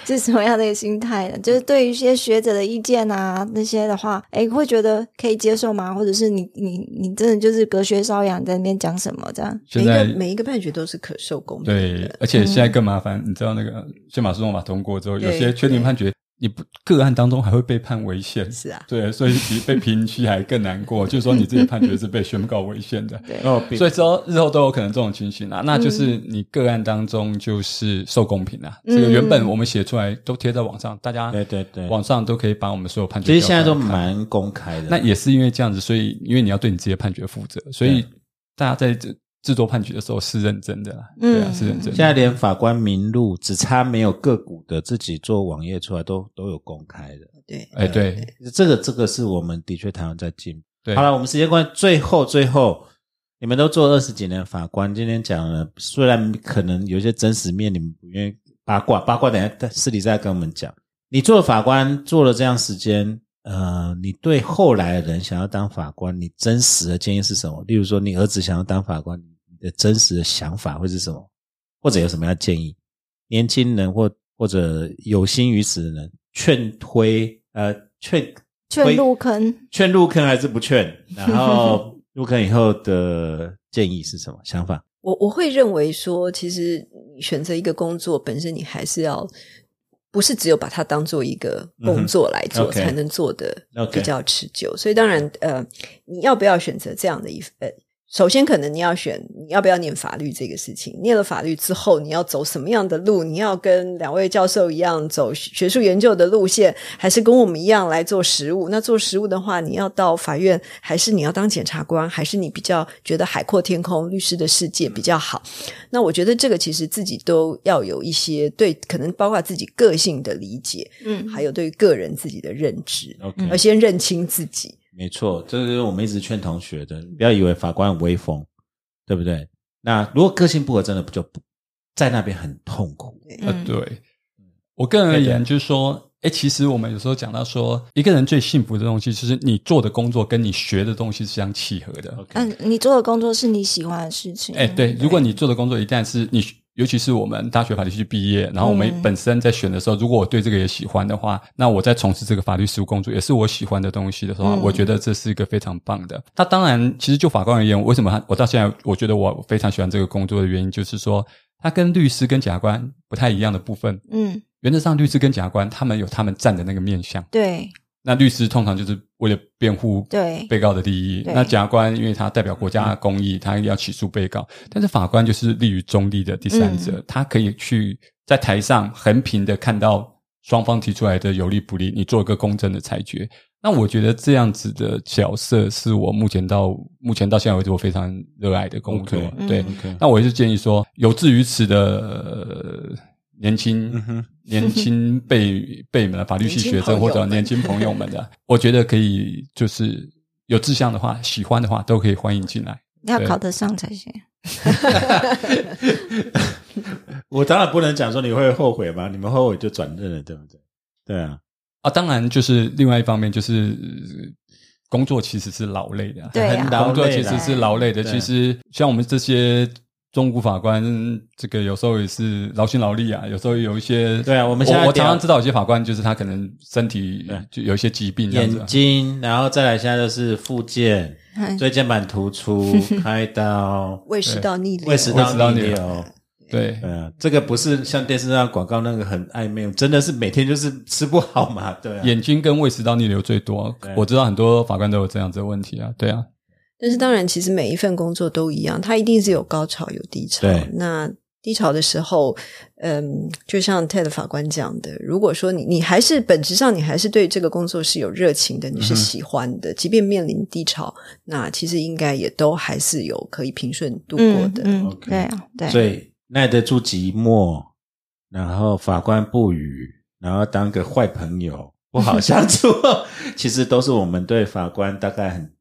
是什么样的一个心态呢？就是对于一些学者的意见啊那些的话，哎，会觉得可以接受吗？或者是你你你真的就是隔靴搔痒，在那边讲什么这样？
每
现
一个
在
每一个判决都是可受公平
对
的，。嗯
而且现在更麻烦，你知道那个宪法诉讼法通过之后，有
对
些确定判决，你不个案当中还会被判违宪。
是啊，
对，所以比被平息还更难过，就是说你自己的判决是被宣告违宪的。
对，
哦，比
所以说日后都有可能这种情形啊，那
嗯
就是你个案当中就是受公平啊。
嗯
这个原本我们写出来都贴在网上，大家
对对对
网上都可以把我们所有判决
其
调
实
出来看。
现在都蛮公开的。
那也是因为这样子，所以因为你要对你自己的判决负责，所以大家在制制作判决的时候是认真的啦，
嗯
对啊，是认真
现
的。
在连法官名录只差没有个股的自己做网页出来都都有公开的。
对，
哎，对，
这个这个是我们的确台湾在进步。
对
好了，我们时间关系，最后最后，你们都做二十几年的法官，今天讲了，虽然可能有一些真实面你们不愿意八卦，八卦等一下在私底下跟我们讲。你做了法官做了这样时间，呃，你对后来的人想要当法官，你真实的建议是什么？例如说，你儿子想要当法官，你的真实的想法会是什么？或者有什么样的建议？年轻人或或者有心于此的人，劝推呃劝
劝入坑，
劝入坑还是不劝？然后入坑以后的建议是什么想法？
我我会认为说，其实你选择一个工作本身，你还是要不是只有把它当做一个工作来
嗯
做，
哼，OK
才能做的
OK
比较持久。所以当然，呃，你要不要选择这样的一呃，首先可能你要选你要不要念法律这个事情。念了法律之后，你要走什么样的路？你要跟两位教授一样走学术研究的路线，还是跟我们一样来做实务？那做实务的话，你要到法院，还是你要当检察官，还是你比较觉得海阔天空，律师的世界比较好？那我觉得这个其实自己都要有一些对，可能包括自己个性的理解，
嗯，
还有对于个人自己的认知，
OK，
要先认清自己。
没错，这就是我们一直劝同学的，不要以为法官很威风，对不对？那如果个性不合，真的就不在那边很痛苦。
呃
嗯，
对。我个人而
对
言，就是说，哎，其实我们有时候讲到说，一个人最幸福的东西，就是你做的工作跟你学的东西是相契合的。
OK，
嗯，你做的工作是你喜欢的事情，
哎，对，如果你做的工作一旦是你，尤其是我们大学法律系毕业，然后我们
嗯
本身在选的时候，如果我对这个也喜欢的话，那我在从事这个法律事务工作也是我喜欢的东西的话，
嗯
我觉得这是一个非常棒的。那当然，其实就法官而言，为什么他我到现在我觉得我非常喜欢这个工作的原因，就是说他跟律师跟检察官不太一样的部分。
嗯，
原则上，律师跟检察官他们有他们站的那个面向，
对
那律师通常就是为了辩护
对，
被告的利益。
对
那检察官因为他代表国家的公益，他要起诉被告，但是法官就是立于中立的第三者，他可以去在台上横平的看到双方提出来的有利不利，你做一个公正的裁决。那我觉得这样子的角色是我目前到目前到现在为止我非常热爱的工作。
嗯
OK
对，
OK
那我也是建议说，有志于此的、呃年轻、
哼
年轻 辈辈们、法律系学生或者年轻朋友们的， 我觉得可以就是有志向的话、喜欢的话，都可以欢迎进来。
要考得上才行。
我当然不能讲说你会后悔嘛，你们后悔就转正了，对不对？对啊，
啊，当然就是另外一方面就是呃工作其实是劳累的啊，
对啊
很
工
劳
作
累
其
啦
实是劳累的。
对
其实像我们这些中古法官，这个有时候也是劳心劳力啊，有时候有一些
对啊我
我
们现在聊
我常常知道有些法官就是他可能身体
对
就有一些疾病这样子啊
眼。睛，然后再来现在就是附件、
嗯
椎间盘突出、开 刀、
胃食道逆流，
胃食
胃食道
道
逆
逆
流
流。
对
对啊，这个不是像电视上广告那个很暧昧，真的是每天就是吃不好嘛，对啊。
眼睛跟胃食道逆流最多
对，
我知道很多法官都有这样子的问题啊。对啊，
但是当然，其实每一份工作都一样，它一定是有高潮有低潮
对。
那低潮的时候，嗯，就像 Ted 法官讲的，如果说你你还是本质上你还是对这个工作是有热情的，你
嗯
是喜欢的，即便面临低潮，那其实应该也都还是有可以平顺度过
嗯
的。
嗯，
OK
对啊，对，
所以耐得住寂寞，然后法官不语，然后当个坏朋友，不好相处，其实都是我们对法官大概很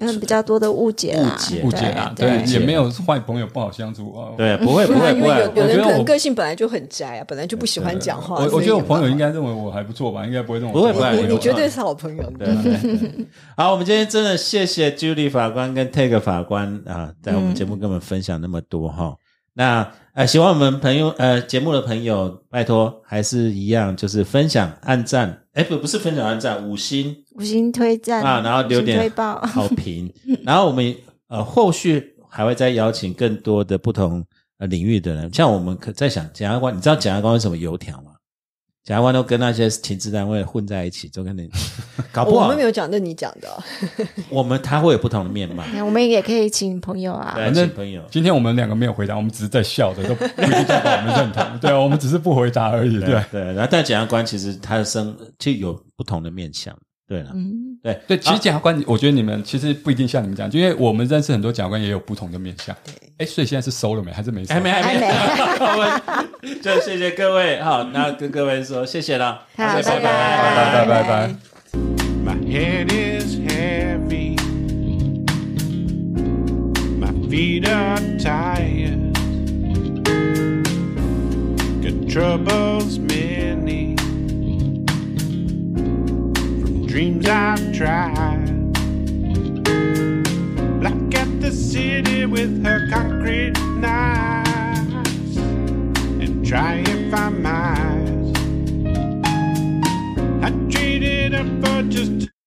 嗯，比较多的误解啦
误解，
误解啦，
对
对，
对
也没有坏朋友不好相处啊。
对，不会不
对啊
会
因
不
为
会，
有 有
我觉
人
得
可能
我
个性本来就很宅啊，本来就不喜欢讲话。
我
所
我
以
觉得我朋友应
你
该认为我还不错吧，应该不会认为
不会
我
不会
坏朋
你
友
你
有
你绝对
啊
是好朋友。
对对对。好，我们今天真的谢谢 Julie 法官跟 Take 法官啊，在我们节目跟我们分享那么多哈、那呃，喜欢我们朋友呃节目的朋友，拜托还是一样，就是分享、按赞，哎，不不是分享、按赞，五星
五星推荐
啊，然后留
五星推
点
报
好评，然后我们呃后续还会再邀请更多的不同呃领域的人，像我们可在想检察官，你知道检察官为什么油条吗？检察官都跟那些情治单位混在一起，就跟你 搞不
我
好
们没有讲，那你讲的哦。
我们他会有不同的面貌，
那 我们也可以请朋友啊，
对，
正
请朋友。
今天我们两个没有回答，我们只是在笑的，都不一定代表我们认 同。对啊，我们只是不回答而已。对啊
对，然后但检察官其实他的生就有不同的面相，对了，
嗯，
对
对，其实检察官，我觉得你们其实不一定像你们这样，因为我们认识很多检察官也有不同的面相。哎，所以现在是收了没？还是没收？
还没还
还
没，
没
我们就谢谢各位，好，那跟各位说谢谢了，
好
各位
拜拜
拜拜拜拜。
My head is heavy. My feet are tired. Got troubles many. From dreams I've tried. Black at the city with her concrete knives. And try if I might. I traded up for just